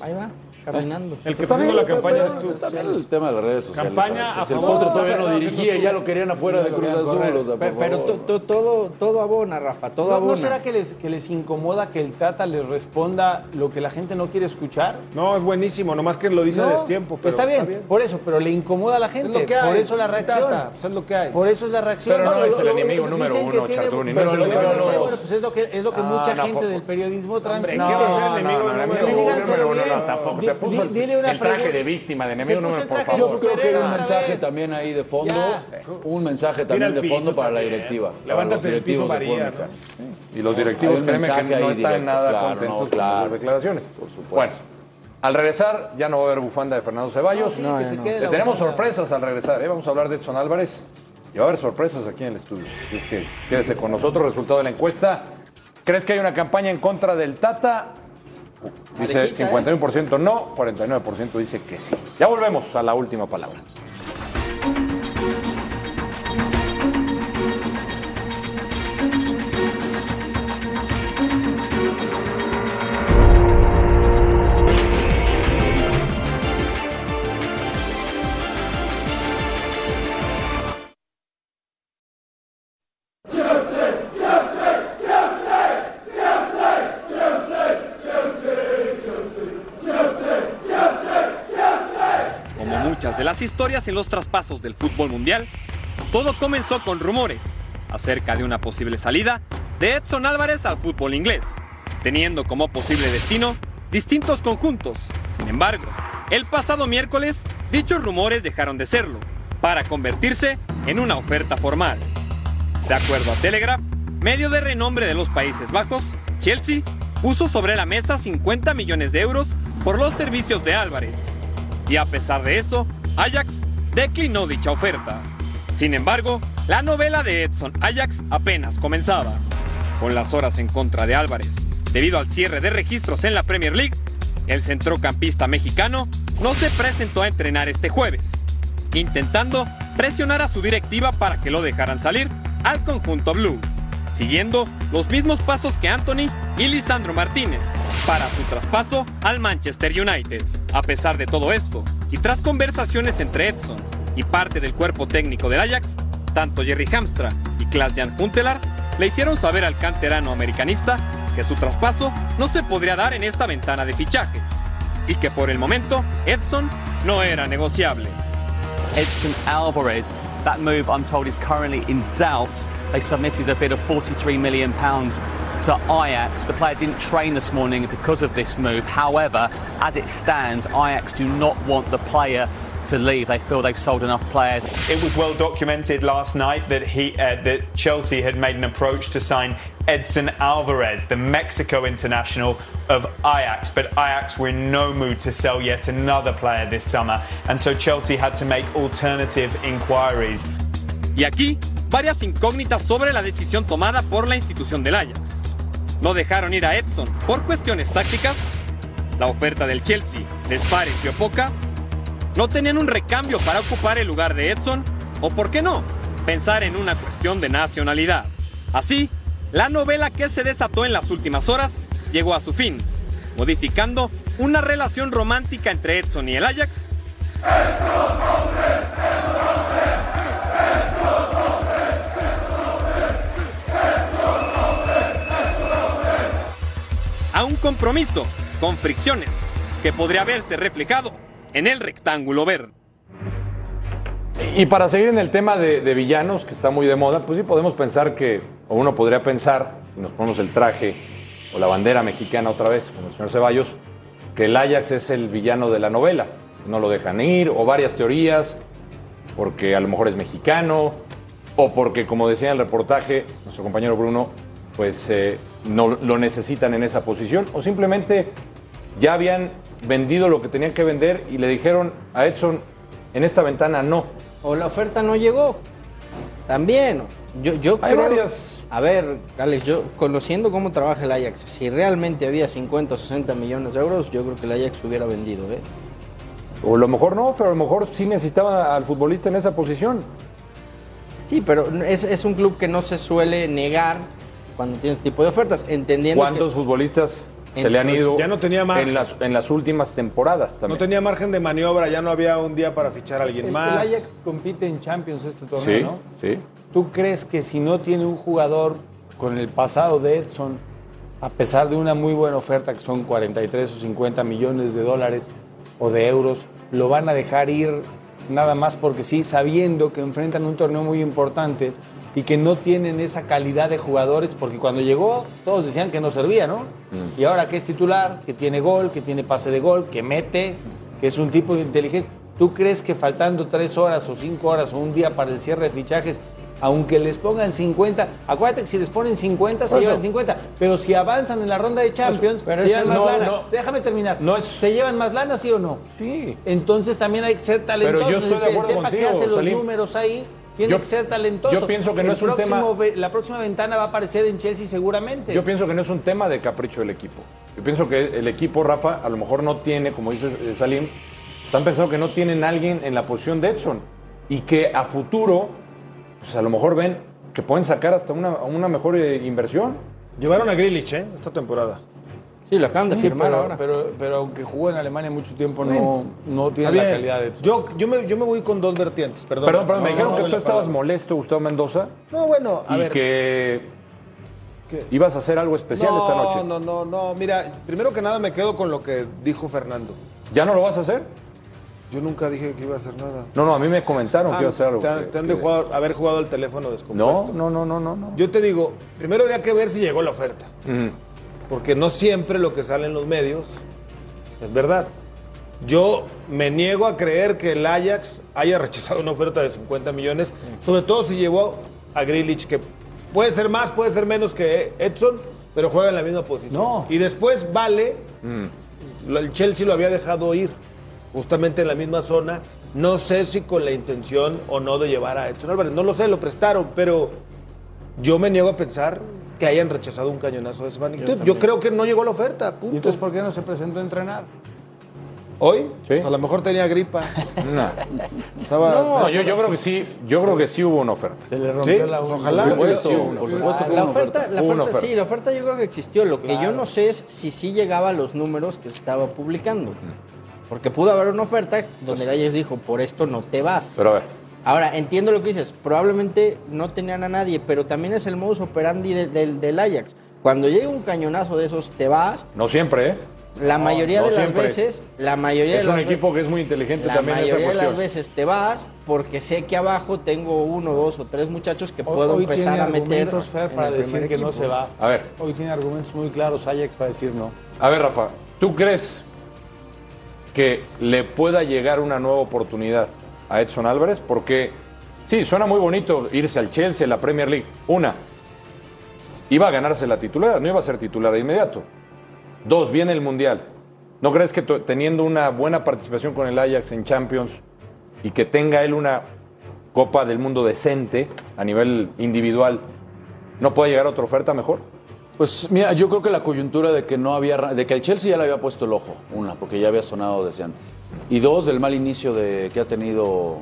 Ahí va, caminando. ¿eh? El que está haciendo la campaña Pero eres tú. También el tema de las redes sociales. Campaña ¿sabes? a el favor. potro todavía no No, no, dirigía, no, ya lo querían afuera de Cruz Azul. o sea, Pe- por Pero, favor. to- to- todo, todo abona, Rafa, todo ¿No, no abona. será que les, que les incomoda que el Tata les responda lo que la gente no quiere escuchar? No, es buenísimo, nomás que lo dice a No, destiempo. Pero está, bien, por eso, pero le incomoda a la gente. Es lo que hay. por eso la sí, reacción. Tata, pues es lo que hay. Por eso es la reacción. Pero no es el lo- lo- enemigo número dicen que uno, tiene- Chartuni, no es el lo- enemigo bueno, número bueno, pues es lo que, es lo que No, mucha no, gente po- del periodismo ¿Qué transita. va a ser el enemigo no, no, número enemigo uno? Díganselo número uno, bien. no, tampoco. Di- Se puso di- el- dile una el traje pregunta. de víctima, de enemigo Se puso número, el por traje de favor. Yo creo que hay un Otra mensaje vez. también ahí de fondo, Ya. un mensaje Tira también al de piso fondo para la también. directiva. para Levántate los del directivos piso, de María, Fórmica. Y los Hay directivos, un créeme que mensaje ahí no directo, están nada claro, contentos no, con claro. pues. las declaraciones. Por supuesto. Bueno, al regresar ya no va a haber bufanda de Fernando Ceballos. sí, que se quede Le la tenemos bufanda. sorpresas al regresar, ¿eh? vamos a hablar de Edson Álvarez. Y va a haber sorpresas aquí en el estudio. Así es que quédese con nosotros, resultado de la encuesta. ¿Crees que hay una campaña en contra del Tata? Dice Parejita, ¿eh? 51% no, 49% dice que sí. Ya volvemos a la última palabra. Como muchas de las historias en los traspasos del fútbol mundial, todo comenzó con rumores acerca de una posible salida de Edson Álvarez al fútbol inglés, teniendo como posible destino distintos conjuntos. Sin embargo, el pasado miércoles, dichos rumores dejaron de serlo, para convertirse en una oferta formal. De acuerdo a Telegraph, medio de renombre de los Países Bajos, Chelsea puso sobre la mesa 50 millones de euros por los servicios de Álvarez. Y a pesar de eso, Ajax declinó dicha oferta. Sin embargo, la novela de Edson Ajax apenas comenzaba. Con las horas en contra de Álvarez, debido al cierre de registros en la Premier League, el centrocampista mexicano no se presentó a entrenar este jueves, intentando presionar a su directiva para que lo dejaran salir al conjunto Blue, siguiendo los mismos pasos que Anthony y Lisandro Martínez para su traspaso al Manchester United. A pesar de todo esto, y tras conversaciones entre Edson y parte del cuerpo técnico del Ajax, tanto Jerry Hamstra y Klaas-Jan Huntelaar le hicieron saber al canterano americanista que su traspaso no se podría dar en esta ventana de fichajes y que por el momento Edson no era negociable. Edson Alvarez. That move, I'm told, is currently in doubt. They submitted a bid of £43 million to Ajax. The player didn't train this morning because of this move. However, as it stands, Ajax do not want the player to leave. They feel they've sold enough players. It was well documented last night that he uh, that Chelsea had made an approach to sign Edson Alvarez, the Mexico international of Ajax, but Ajax were in no mood to sell yet another player this summer, and so Chelsea had to make alternative inquiries. Y aquí, varias incógnitas sobre la decisión tomada por la institución del Ajax. ¿No dejaron ir a Edson por cuestiones tácticas? ¿La oferta del Chelsea les pareció poca? ¿No tenían un recambio para ocupar el lugar de Edson? ¿O por qué no? Pensar en una cuestión de nacionalidad. Así, la novela que se desató en las últimas horas llegó a su fin, modificando una relación romántica entre Edson y el Ajax a un compromiso con fricciones que podría verse reflejado en el rectángulo verde. Y para seguir en el tema de, de villanos, que está muy de moda, pues sí podemos pensar que, o uno podría pensar, si nos ponemos el traje o la bandera mexicana otra vez, como el señor Ceballos, que el Ajax es el villano de la novela. No lo dejan ir, o varias teorías, porque a lo mejor es mexicano, o porque, como decía en el reportaje, nuestro compañero Bruno, pues eh, no lo necesitan en esa posición, o simplemente ya habían vendido lo que tenían que vender y le dijeron a Edson, en esta ventana no. O la oferta no llegó. También. Yo, yo Hay creo- varias. A ver, Alex, yo conociendo cómo trabaja el Ajax, si realmente había 50 o 60 millones de euros, yo creo que el Ajax hubiera vendido, ¿eh? O a lo mejor no, pero a lo mejor sí necesitaban al futbolista en esa posición. Sí, pero es, es un club que no se suele negar cuando tiene este tipo de ofertas, entendiendo ¿Cuántos que... futbolistas se En- le han ido Ya no tenía margen. en las, en las últimas temporadas No también? tenía margen de maniobra, ya no había un día para fichar a alguien El, el más. Ajax compite en Champions este torneo, sí, ¿no? sí. ¿Tú crees que si no tiene un jugador con el pasado de Edson, a pesar de una muy buena oferta que son 43 o 50 millones de dólares o de euros, lo van a dejar ir nada más porque sí, sabiendo que enfrentan un torneo muy importante y que no tienen esa calidad de jugadores? Porque cuando llegó todos decían que no servía, ¿no? Y ahora que es titular, que tiene gol, que tiene pase de gol, que mete, que es un tipo inteligente. ¿Tú crees que faltando tres horas o cinco horas o un día para el cierre de fichajes, aunque les pongan 50, acuérdate que si les ponen 50 se Por eso. llevan 50, pero si avanzan en la ronda de Champions, Pero se ese llevan más no, lana. no. Déjame terminar. No es- ¿Se llevan más lana, sí o no? Sí. Entonces también hay que ser talentoso. yo estoy de El- el acuerdo Tepa que contigo, hace los Salim. números ahí tiene Yo- que ser talentoso. yo pienso que no El es un próximo tema- ve- La próxima ventana va a aparecer en Chelsea seguramente. Yo pienso que no es un tema de capricho del equipo. Yo pienso que el equipo, Rafa, a lo mejor no tiene, como dice eh, Salim, están pensando que no tienen alguien en la posición de Edson y que a futuro, pues a lo mejor ven que pueden sacar hasta una, una mejor eh, inversión. Llevaron a Grilich, ¿eh? Esta temporada. Sí, lo acaban de Sí, firmar pero, ahora. Pero, pero aunque jugó en Alemania mucho tiempo, no, no tiene Está la bien. calidad de yo, yo, me, yo me voy con dos vertientes, perdón. Perdón, perdón, me No, dijeron no, que no, tú no, estabas perdón. molesto, Gustavo Mendoza, No, bueno, a y ver. que ¿Qué? ibas a hacer algo especial no, esta noche. no, no, no. Mira, primero que nada me quedo con lo que dijo Fernando. ¿Ya no lo vas a hacer? Yo nunca dije que iba a hacer nada. No, no, a mí me comentaron Ah, que iba a hacer algo. te, han- que- te han que- dejado haber jugado el teléfono descompuesto. No, no, no, no, no. no. Yo te digo, primero habría que ver si llegó la oferta. Ujú. porque no siempre lo que sale en los medios es verdad. Yo me niego a creer que el Ajax haya rechazado una oferta de 50 millones, sobre todo si llevó a Grilich, que puede ser más, puede ser menos que Edson, pero juega en la misma posición. No. Y después Vale, lo- el Chelsea lo había dejado ir, justamente en la misma zona. No sé si con la intención o no de llevar a Edson Álvarez, no lo sé, lo prestaron, pero yo me niego a pensar que hayan rechazado un cañonazo de esa magnitud. Yo, creo que no llegó la oferta, ¿Y punto. entonces por qué no se presentó a entrenar? ¿Hoy? Sí. Pues a lo mejor tenía gripa. No. Estaba, No, yo, yo creo que sí, yo creo que sí hubo una oferta. pues, Se le Sí, rompió la pues uno. ojalá. Por supuesto, yo- yo- por supuesto que la hubo una oferta, La Hubo oferta, una oferta. sí, la oferta yo creo que existió. Lo que yo no sé es si sí llegaba a los números que se estaba publicando. Porque pudo haber una oferta donde el Ajax dijo, por esto no te vas. Pero a ver, Ahora, entiendo lo que dices. Probablemente no tenían a nadie, pero también es el modus operandi de- del- del Ajax. Cuando llega un cañonazo de esos, te vas. no siempre, ¿eh? La mayoría no de las siempre. veces, la mayoría Es de un las equipo que es muy inteligente la también en esa mayoría de las cuestión. veces te vas porque sé que abajo tengo uno, dos o tres muchachos que puedo Hoy empezar tiene a meter argumentos, Fer, en para el decir primer que no equipo. se va. A ver. Hoy tiene argumentos muy claros Ajax para decir no. A ver, Rafa, ¿tú crees que le pueda llegar una nueva oportunidad a Edson Álvarez? Porque sí, suena muy bonito irse al Chelsea, la Premier League. Una, iba a ganarse la titularidad, no iba a ser titular de inmediato. Dos, viene el Mundial. ¿No crees que to- teniendo una buena participación con el Ajax en Champions y que tenga él una Copa del Mundo decente a nivel individual, no puede llegar a otra oferta mejor? Pues mira, yo creo que la coyuntura de que no había ra- de que el Chelsea ya le había puesto el ojo, una, porque ya había sonado desde antes. Y dos, del mal inicio de que ha tenido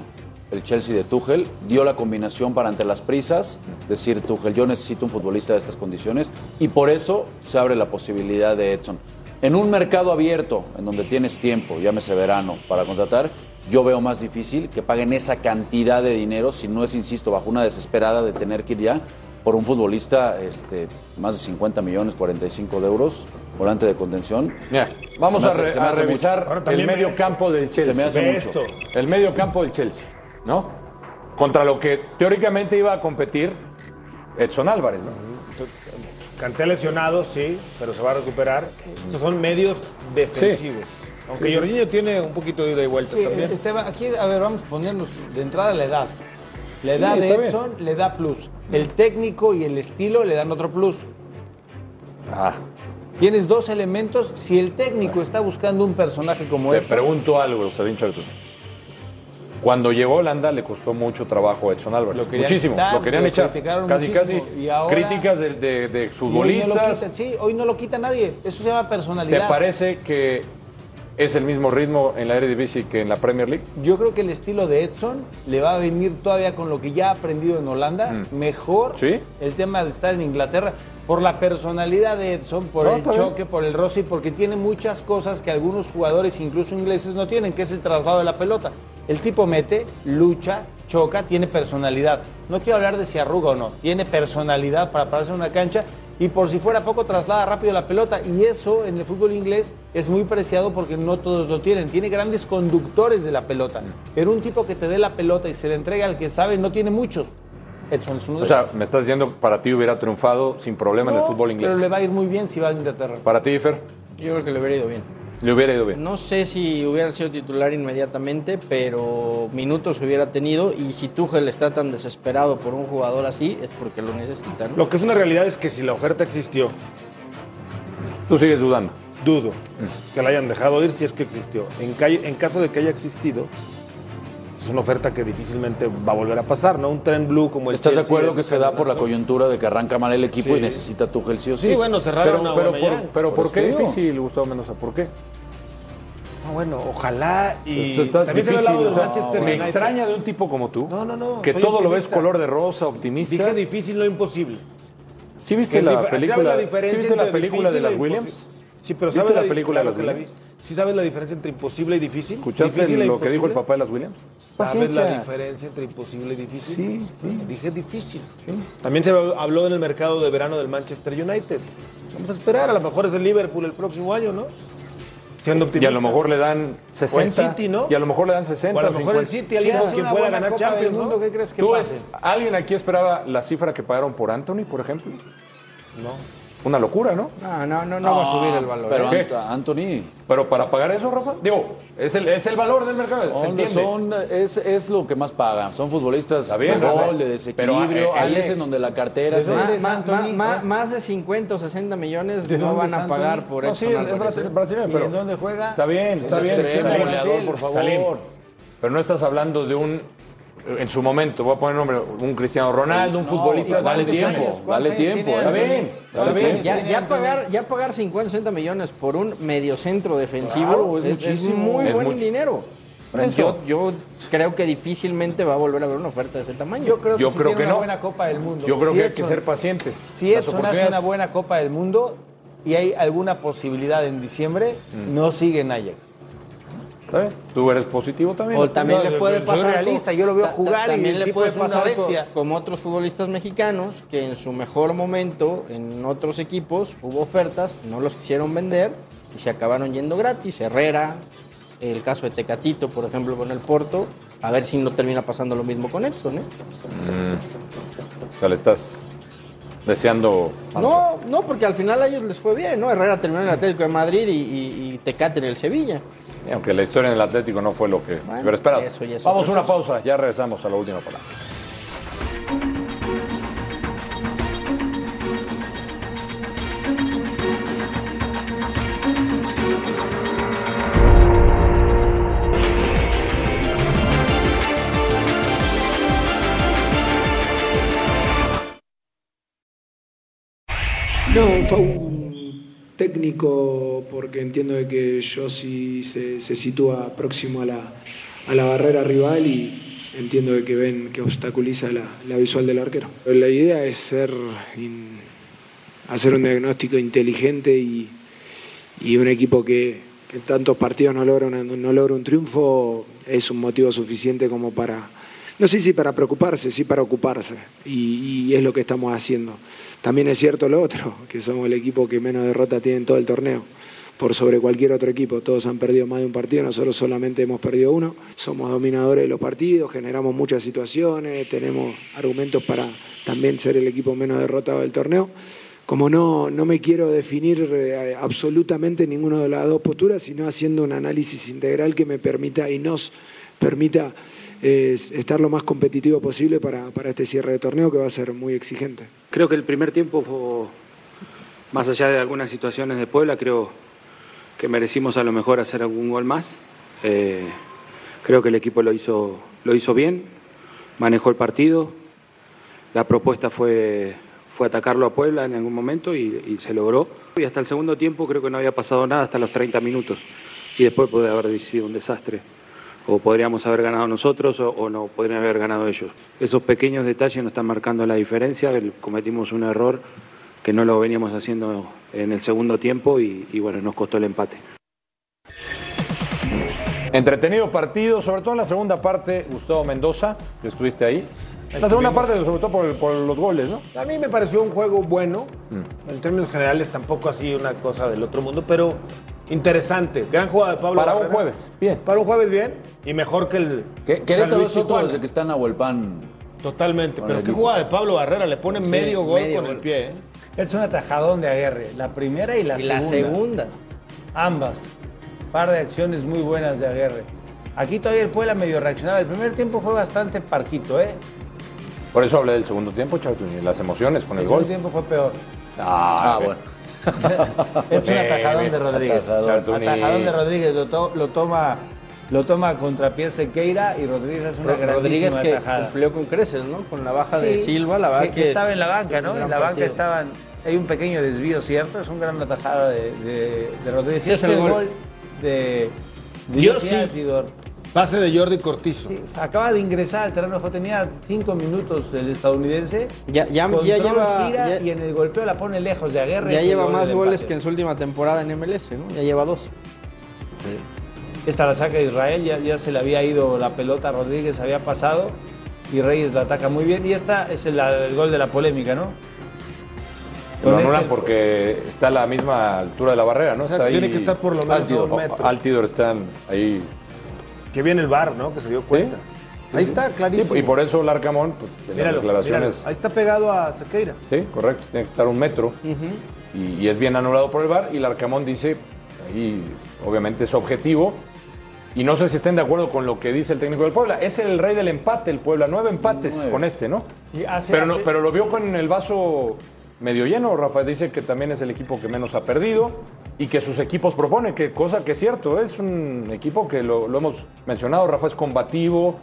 el Chelsea de Tuchel, dio la combinación para ante las prisas, decir Tuchel, yo necesito un futbolista de estas condiciones y por eso se abre la posibilidad de Edson. En un mercado abierto, en donde tienes tiempo, llámese verano, para contratar, yo veo más difícil que paguen esa cantidad de dinero, si no es, insisto, bajo una desesperada de tener que ir ya por un futbolista este, más de 50 millones, 45 de euros, volante de contención. Mira, vamos Se me a, re- hace- se me a hace revisar mucho. Ahora el también ve medio esto. campo del Se me Chelsea. hace Ve mucho. esto. El medio campo del Chelsea, ¿no? Contra lo que teóricamente iba a competir Edson Álvarez, ¿no? Pues Canté lesionado, sí, pero se va a recuperar. Estos son medios defensivos. Aunque Sí. Jorginho tiene un poquito de ida y vuelta Sí, también. Esteban, aquí, a ver, vamos a ponernos de entrada la edad. La Sí, edad de está bien. Edson le da plus. El técnico y el estilo le dan otro plus. Ah. Tienes dos elementos. Si el técnico está buscando un personaje como Te Edson, pregunto algo, Eusebio Chartún. Cuando llegó a Holanda le costó mucho trabajo a Edson Álvarez. Lo querían muchísimo, quitar, lo querían lo echar. criticaron Casi, muchísimo. casi Y ahora- críticas de, de- de y hoy no lo futbolistas. quitan. sí, hoy no lo quita nadie. Eso se llama ¿Te personalidad. parece que es el mismo ritmo en la Eredivisie que en la Premier League? Yo creo que el estilo de Edson le va a venir todavía con lo que ya ha aprendido en Holanda, Mm. mejor ¿Sí? el tema de estar en Inglaterra, por la personalidad de Edson, por No, el está bien. choque, por el roce y porque tiene muchas cosas que algunos jugadores, incluso ingleses, no tienen, que es el traslado de la pelota. El tipo mete, lucha, choca, tiene personalidad. No quiero hablar de si arruga o no, tiene personalidad para pararse en una cancha y por si fuera poco traslada rápido la pelota y eso en el fútbol inglés es muy preciado porque no todos lo tienen. Tiene grandes conductores de la pelota, pero un tipo que te dé la pelota y se la entrega al que sabe no tiene muchos. Edson es uno de O sea, esos. me estás diciendo que para ti hubiera triunfado sin problema en el No, fútbol inglés. Pero le va a ir muy bien si va a Inglaterra. Para ti, Fer, Yo creo que le hubiera ido bien. le hubiera ido bien. No sé si hubiera sido titular inmediatamente, pero minutos hubiera tenido. Y si Tuchel está tan desesperado por un jugador así, es porque lo necesitan. Lo que es una realidad es que si la oferta existió. Tú sigues dudando. Dudo que la hayan dejado ir si es que existió. En, calle- en caso de que haya existido, es una oferta que difícilmente va a volver a pasar, ¿no? Un tren blue como el ¿Estás Pues de Chelsea, acuerdo ese que se da por la cañonazo. coyuntura de que arranca mal el equipo Sí. y necesita Tuchel sí o sí? Sí, bueno, cerraron Pero, a pero, Aubameyang. por, pero ¿por Por qué eso digo. difícil, Gustavo Mendoza? ¿Por qué? No, Ah, bueno, ojalá y Esto está también se ve al lado difícil, de o sea, Manchester Me United. extraña de un tipo como tú. No, no, no, Que soy todo lo ves optimista. color de rosa, optimista. Dije difícil, no imposible. ¿Sí Que viste es la dif- ¿sabes película, diferencia ¿sí viste la entre película de difícil e las Williams? imposible? Sí, pero ¿Viste ¿sabes la di- película de claro las que la Williams? vi. ¿Sí sabes la diferencia entre imposible y difícil? ¿Escuchaste Difícil e lo que dijo el imposible. papá de las Williams? ¿Sabes la Paciencia. diferencia entre imposible y difícil? Sí, sí. Dije difícil. También se habló en el mercado de verano del Manchester United. Vamos a esperar, a lo mejor es el Liverpool el próximo año, ¿no? Siendo Y optimista. a lo mejor le dan 60. City, ¿no? Y a lo mejor le dan 60. O a lo o mejor el 50. City, alguien hace con quien una pueda buena ganar Copa del Champions, Mundo, ¿no? ¿qué crees que ¿Tú pase? ves- ¿Alguien aquí esperaba la cifra que pagaron por Anthony, por ejemplo? No. Una locura, ¿no? No, no, no, no va a subir el valor. Pero ¿eh? ¿Qué? Ant- Anthony, Pero para pagar eso, Rafa, digo, es el, es el valor del mercado. ¿se son, entiende? son- es, es lo que más pagan. Son futbolistas Está bien, de Rafa. gol, de Pero, desequilibrio. eh, Ahí Alex, es en donde la cartera se... Ma- dónde es ma- Anthony, ma- ma- no? más de 50 o 60 millones ¿De no dónde van es a pagar Anthony? por No, Edson sí, es Álvarez, brasi- ¿eh? brasileño, ¿Y pero en dónde juega? Está bien, está Es bien. extremo, está bien. goleador, por favor. Salim, Pero no estás hablando de un, en su momento, voy a poner nombre, un Cristiano Ronaldo, un No, futbolista. dale ¿Cuántos tiempo, años? dale ¿Cuántos años tiempo. tiene eh. Está Anthony? bien, está ¿Cuántos bien. años Ya, tiene ya Anthony? pagar, ya pagar 50 60 millones por un mediocentro defensivo Claro, es es, es muchísimo. muy Es buen mucho. dinero. Por eso. Yo, yo creo que difícilmente va a volver a haber una oferta de ese tamaño. Yo creo que, Yo si creo tiene que una no. buena Copa del Mundo. Yo creo Si que hay que Edson- ser pacientes. Si Las Edson hace una oportunidades- buena Copa del Mundo y hay alguna posibilidad en diciembre, Mm. no sigue en Ajax. Está bien. Tú eres positivo también. O también no, le yo- puede yo soy pasar. co- realista, yo lo veo ta- ta- jugar y también el le tipo puede es una pasar co- bestia. como otros futbolistas mexicanos que en su mejor momento en otros equipos hubo ofertas, no los quisieron vender y se acabaron yendo gratis. Herrera, el caso de Tecatito, por ejemplo, con el Porto. A ver si no termina pasando lo mismo con Edson, ¿eh? O sea, le Mm, estás Deseando. No, no, porque al final a ellos les fue bien, ¿no? Herrera terminó en el Atlético de Madrid y, y- y Tecate en el Sevilla. Y aunque la historia en el Atlético no fue lo que hubiera esperado. eso ya es Vamos a otra una cosa. pausa, ya regresamos a la última palabra. No, fue un técnico porque entiendo de que Yossi se, se sitúa próximo a la, a la barrera rival y entiendo de que ven que obstaculiza la, la visual del arquero. La idea es ser in- hacer un diagnóstico inteligente y, y un equipo que, que en tantos partidos no logra, una- no logra un triunfo es un motivo suficiente como para, no sé si para preocuparse, sí para ocuparse y- y es lo que estamos haciendo. También es cierto lo otro, que somos el equipo que menos derrota tiene en todo el torneo, por sobre cualquier otro equipo. Todos han perdido más de un partido, nosotros solamente hemos perdido uno. Somos dominadores de los partidos, generamos muchas situaciones, tenemos argumentos para también ser el equipo menos derrotado del torneo. Como no, no me quiero definir eh, absolutamente ninguna de las dos posturas, sino haciendo un análisis integral que me permita y nos permita eh, estar lo más competitivo posible para- para este cierre de torneo que va a ser muy exigente. Creo que el primer tiempo, fue- más allá de algunas situaciones de Puebla, creo que merecimos a lo mejor hacer algún gol más. Eh, creo que el equipo lo hizo, lo hizo bien, manejó el partido. La propuesta fue, fue atacarlo a Puebla en algún momento y, y se logró. Y hasta el segundo tiempo creo que no había pasado nada, hasta los 30 minutos. Y después puede haber sido un desastre. O podríamos haber ganado nosotros o, o no podrían haber ganado ellos. Esos pequeños detalles nos están marcando la diferencia. El- cometimos un error que no lo veníamos haciendo en el segundo tiempo y- y bueno, nos costó el empate. Entretenido partido, sobre todo en la segunda parte, Gustavo Mendoza, que estuviste ahí. La segunda Estuvimos. parte, sobre todo por, por los goles, ¿no? A mí me pareció un juego bueno. Mm. En términos generales, tampoco así una cosa del otro mundo, pero interesante. Gran jugada de Pablo. Para un Barrera. jueves, bien. Para un jueves, bien. Y mejor que el. Que- San Querétaro Luis es otro Tijuana. desde que está en Pan. Totalmente. Con Pero el qué equipo. jugada de Pablo Barrera. Le pone Sí, medio gol medio con el gol. pie. ¿eh? Es un atajadón de Aguerre. La primera y la Y la segunda. segunda. Ambas. Par de acciones muy buenas de Aguerre. Aquí todavía el Puebla medio reaccionaba. El primer tiempo fue bastante parquito, ¿eh? Por eso hablé del segundo tiempo, Chavo, y las emociones con el, El segundo gol. tiempo fue peor. Ah, Ah, bueno. Es un Bien, atajadón bien. de Rodríguez. Atajadón. Atajadón de Rodríguez. Lo, to- lo toma lo toma a contrapié Sequeira y Rodríguez hace una Ro- Rodríguez grandísima que atajada. cumplió con creces, ¿no? Con la baja de Sí, Silva, la verdad que, que estaba en la banca, ¿no? un En gran la banca partido. estaban. Hay un pequeño desvío, ¿cierto? Es un gran atajada de, de, de Rodríguez. Y Es es el el gol, gol. de. de Yo Jordi sí. Altidor. Pase de Jordi Cortizo. Acaba de ingresar al terreno de juego. Tenía cinco minutos el estadounidense. Ya- ya- ya Control, lleva- gira ya- y en el golpeo la pone lejos de Aguerre. Ya es el lleva gol más del goles empate. que en su última temporada en MLS, ¿no? Ya lleva dos. Esta la saca Israel, ya, ya se le había ido la pelota a Rodríguez, había pasado y Reyes la ataca muy bien. Y esta es el, el gol de la polémica, ¿no? Lo Con anulan este- porque está a la misma altura de la barrera, ¿no? Exacto, está ahí... tiene que estar por lo menos a un metro. Altidor están ahí. Que viene el bar, ¿no? Que se dio cuenta. Ahí está, clarísimo. Y por eso Larcamón, pues, en Míralo, las declaraciones. míralo. Ahí está pegado a Sequeira. Sí, correcto, tiene que estar un metro. y, y es bien anulado por el VAR y Larcamón dice, ahí obviamente es objetivo, y no sé si estén de acuerdo con lo que dice el técnico del Puebla, es el rey del empate el Puebla, nueve empates Nueve. con este, ¿no? Y hace- pero, no- hace- pero lo vio con el vaso medio lleno, Rafa dice que también es el equipo que menos ha perdido y que sus equipos proponen, que cosa que es cierto, es un equipo que lo, lo hemos mencionado, Rafa es combativo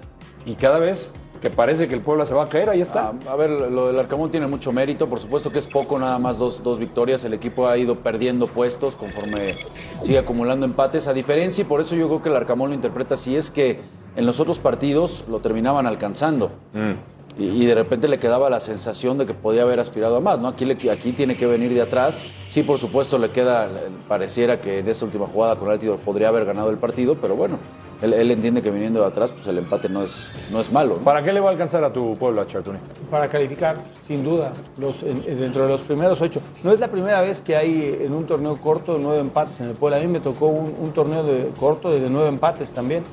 y cada vez que parece que el Puebla se va a caer, ahí está. Ah, A ver, lo del Arcamón tiene mucho mérito, por supuesto que es poco, nada más dos, dos victorias, el equipo ha ido perdiendo puestos conforme sigue acumulando empates, a diferencia, y por eso yo creo que el Arcamón lo interpreta así, es que en los otros partidos lo terminaban alcanzando. Mm. Y, y de repente le quedaba la sensación de que podía haber aspirado a más, ¿no? Aquí, le- aquí tiene que venir de atrás. Sí, por supuesto, le queda, le- pareciera que en esa última jugada con Altidor podría haber ganado el partido, pero bueno, él, él entiende que viniendo de atrás, pues el empate no es, no es malo. ¿no? ¿Para qué le va a alcanzar a tu Puebla, Chartuni? Para calificar, sin duda, los, en- en- dentro de los primeros ocho. No es la primera vez que hay en un torneo corto nueve empates en el Puebla. A mí me tocó un, un torneo de- corto de nueve empates también.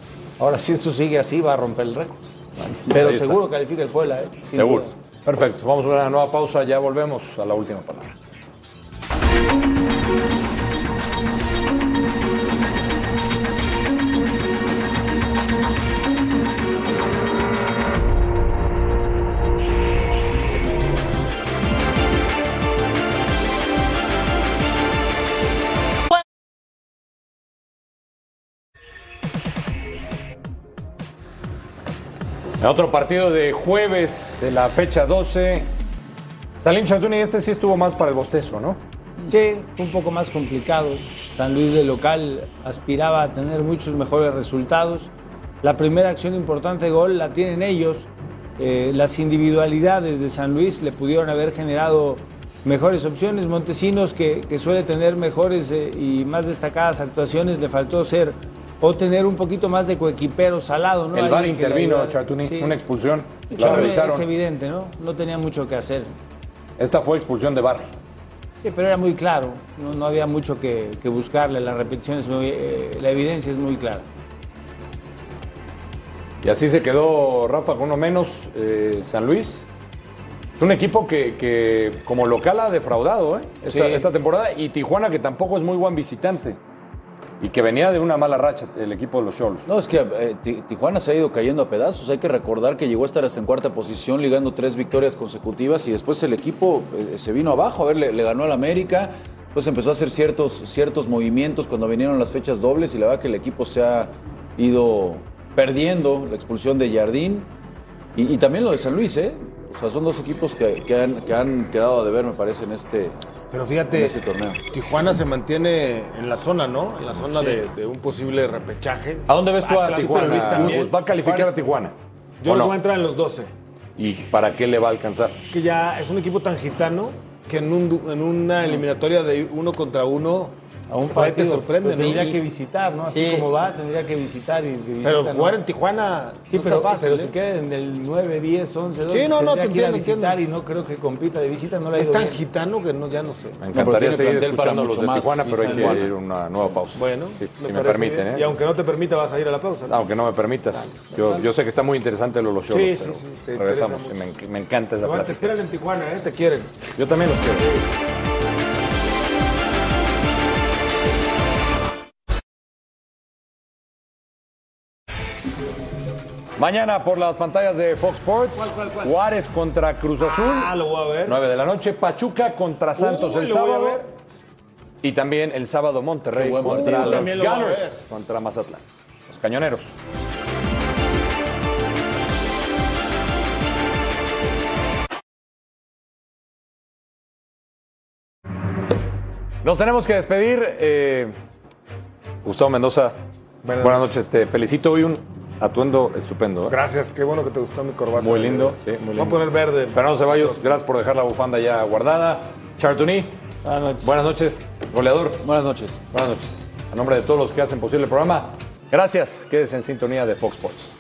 Ahora, si esto sigue así, va a romper el récord. Pero ahí está. seguro califica el Puebla, ¿eh? Sin Seguro. duda. Perfecto, vamos a una nueva pausa, ya volvemos a la última palabra. En otro partido de jueves de la fecha 12, Salim Chantuni, este sí estuvo más para el bostezo, ¿no? Sí, fue un poco más complicado. San Luis de local aspiraba a tener muchos mejores resultados. La primera acción importante de gol la tienen ellos. Eh, las individualidades de San Luis le pudieron haber generado mejores opciones. Montesinos, que, que suele tener mejores eh, y más destacadas actuaciones, le faltó ser o tener un poquito más de coequipero salado. ¿no? el VAR Alguien que le intervino, ayudara. Chartuni, Sí. una expulsión. Sí, La es revisaron. evidente, ¿no? No tenía mucho que hacer. Esta fue expulsión de VAR. Sí, pero era muy claro, no, no había mucho que, que buscarle, la repetición es muy, eh, la evidencia es muy clara. Y así se quedó Rafa con uno menos, eh, San Luis. Es un equipo que, que como local ha defraudado ¿eh? esta, Sí. esta temporada y Tijuana que tampoco es muy buen visitante y que venía de una mala racha el equipo de los Cholos. No, es que eh, Ti- Tijuana se ha ido cayendo a pedazos. Hay que recordar que llegó a estar hasta en cuarta posición, ligando tres victorias consecutivas y después el equipo eh, se vino abajo. A ver, le, le ganó al América, pues empezó a hacer ciertos, ciertos movimientos cuando vinieron las fechas dobles y la verdad que el equipo se ha ido perdiendo. La expulsión de Jardín y, y también lo de San Luis, ¿eh? O sea, son dos equipos que, que han, que han quedado a deber, me parece, en este, Pero en fíjate, este torneo. Tijuana se mantiene en la zona, ¿no? En la zona Sí. de, de un posible repechaje. ¿A dónde ves tú a Atlas y Tijuana? San Ah, Luis también. Gus, ¿Va a calificar a Tijuana? Yo ¿O lo no? voy a entrar en los 12. ¿Y para qué le va a alcanzar? que ya es un equipo tan gitano que en, un du- en una eliminatoria de uno contra uno a un te partido, sorprende, pero Pues ¿no? tendría que visitar, ¿no? Así como va, tendría que visitar y que Pero visita, jugar ¿no? en Tijuana Sí, no pero, está fácil. pero ¿eh? se queda en el 9, 10, 11, 12. Sí, no, no, tendría te que ir a entiendo, visitar y no creo que compita de visita, no la ha Es ido tan bien. gitano que no, ya no sé. Me pero encantaría tiene seguir plantel para escuchando a los mucho de más, Tijuana, sí, pero hay San que Juan. ir a una nueva pausa. Bueno, Sí, si me parece permiten, bien. ¿eh? Y aunque no te permita, vas a ir a la pausa. ¿no? Aunque no me permitas. Yo, yo sé que está muy interesante lo de los Sí, Cholos, sí, pero sí, te regresamos. interesa Me, enc- me encanta esa Pero te plática. esperan en Tijuana, ¿eh? Te quieren. Yo también los quiero. Mañana por las pantallas de Fox Sports, Juárez contra Cruz Azul, Ah, lo voy a ver. 9 de la noche, Pachuca contra Santos Uy, el lo voy a sábado ver. y también el sábado Monterrey Qué buen contra partido. los También lo voy a ver. Gunners contra Mazatlán, los Cañoneros. Nos tenemos que despedir. eh, Gustavo Mendoza, buenas, Buenas noches. Te felicito hoy un atuendo estupendo. ¿eh? Gracias, qué bueno que te gustó mi corbata. Muy lindo, sí, muy Voy a lindo. poner verde. Fernando Ceballos, gracias por dejar la bufanda ya guardada. Chartuní, Buenas noches. buenas noches. Goleador, Buenas noches. buenas noches. A nombre de todos los que hacen posible el programa, gracias. Quédese en sintonía de Fox Sports.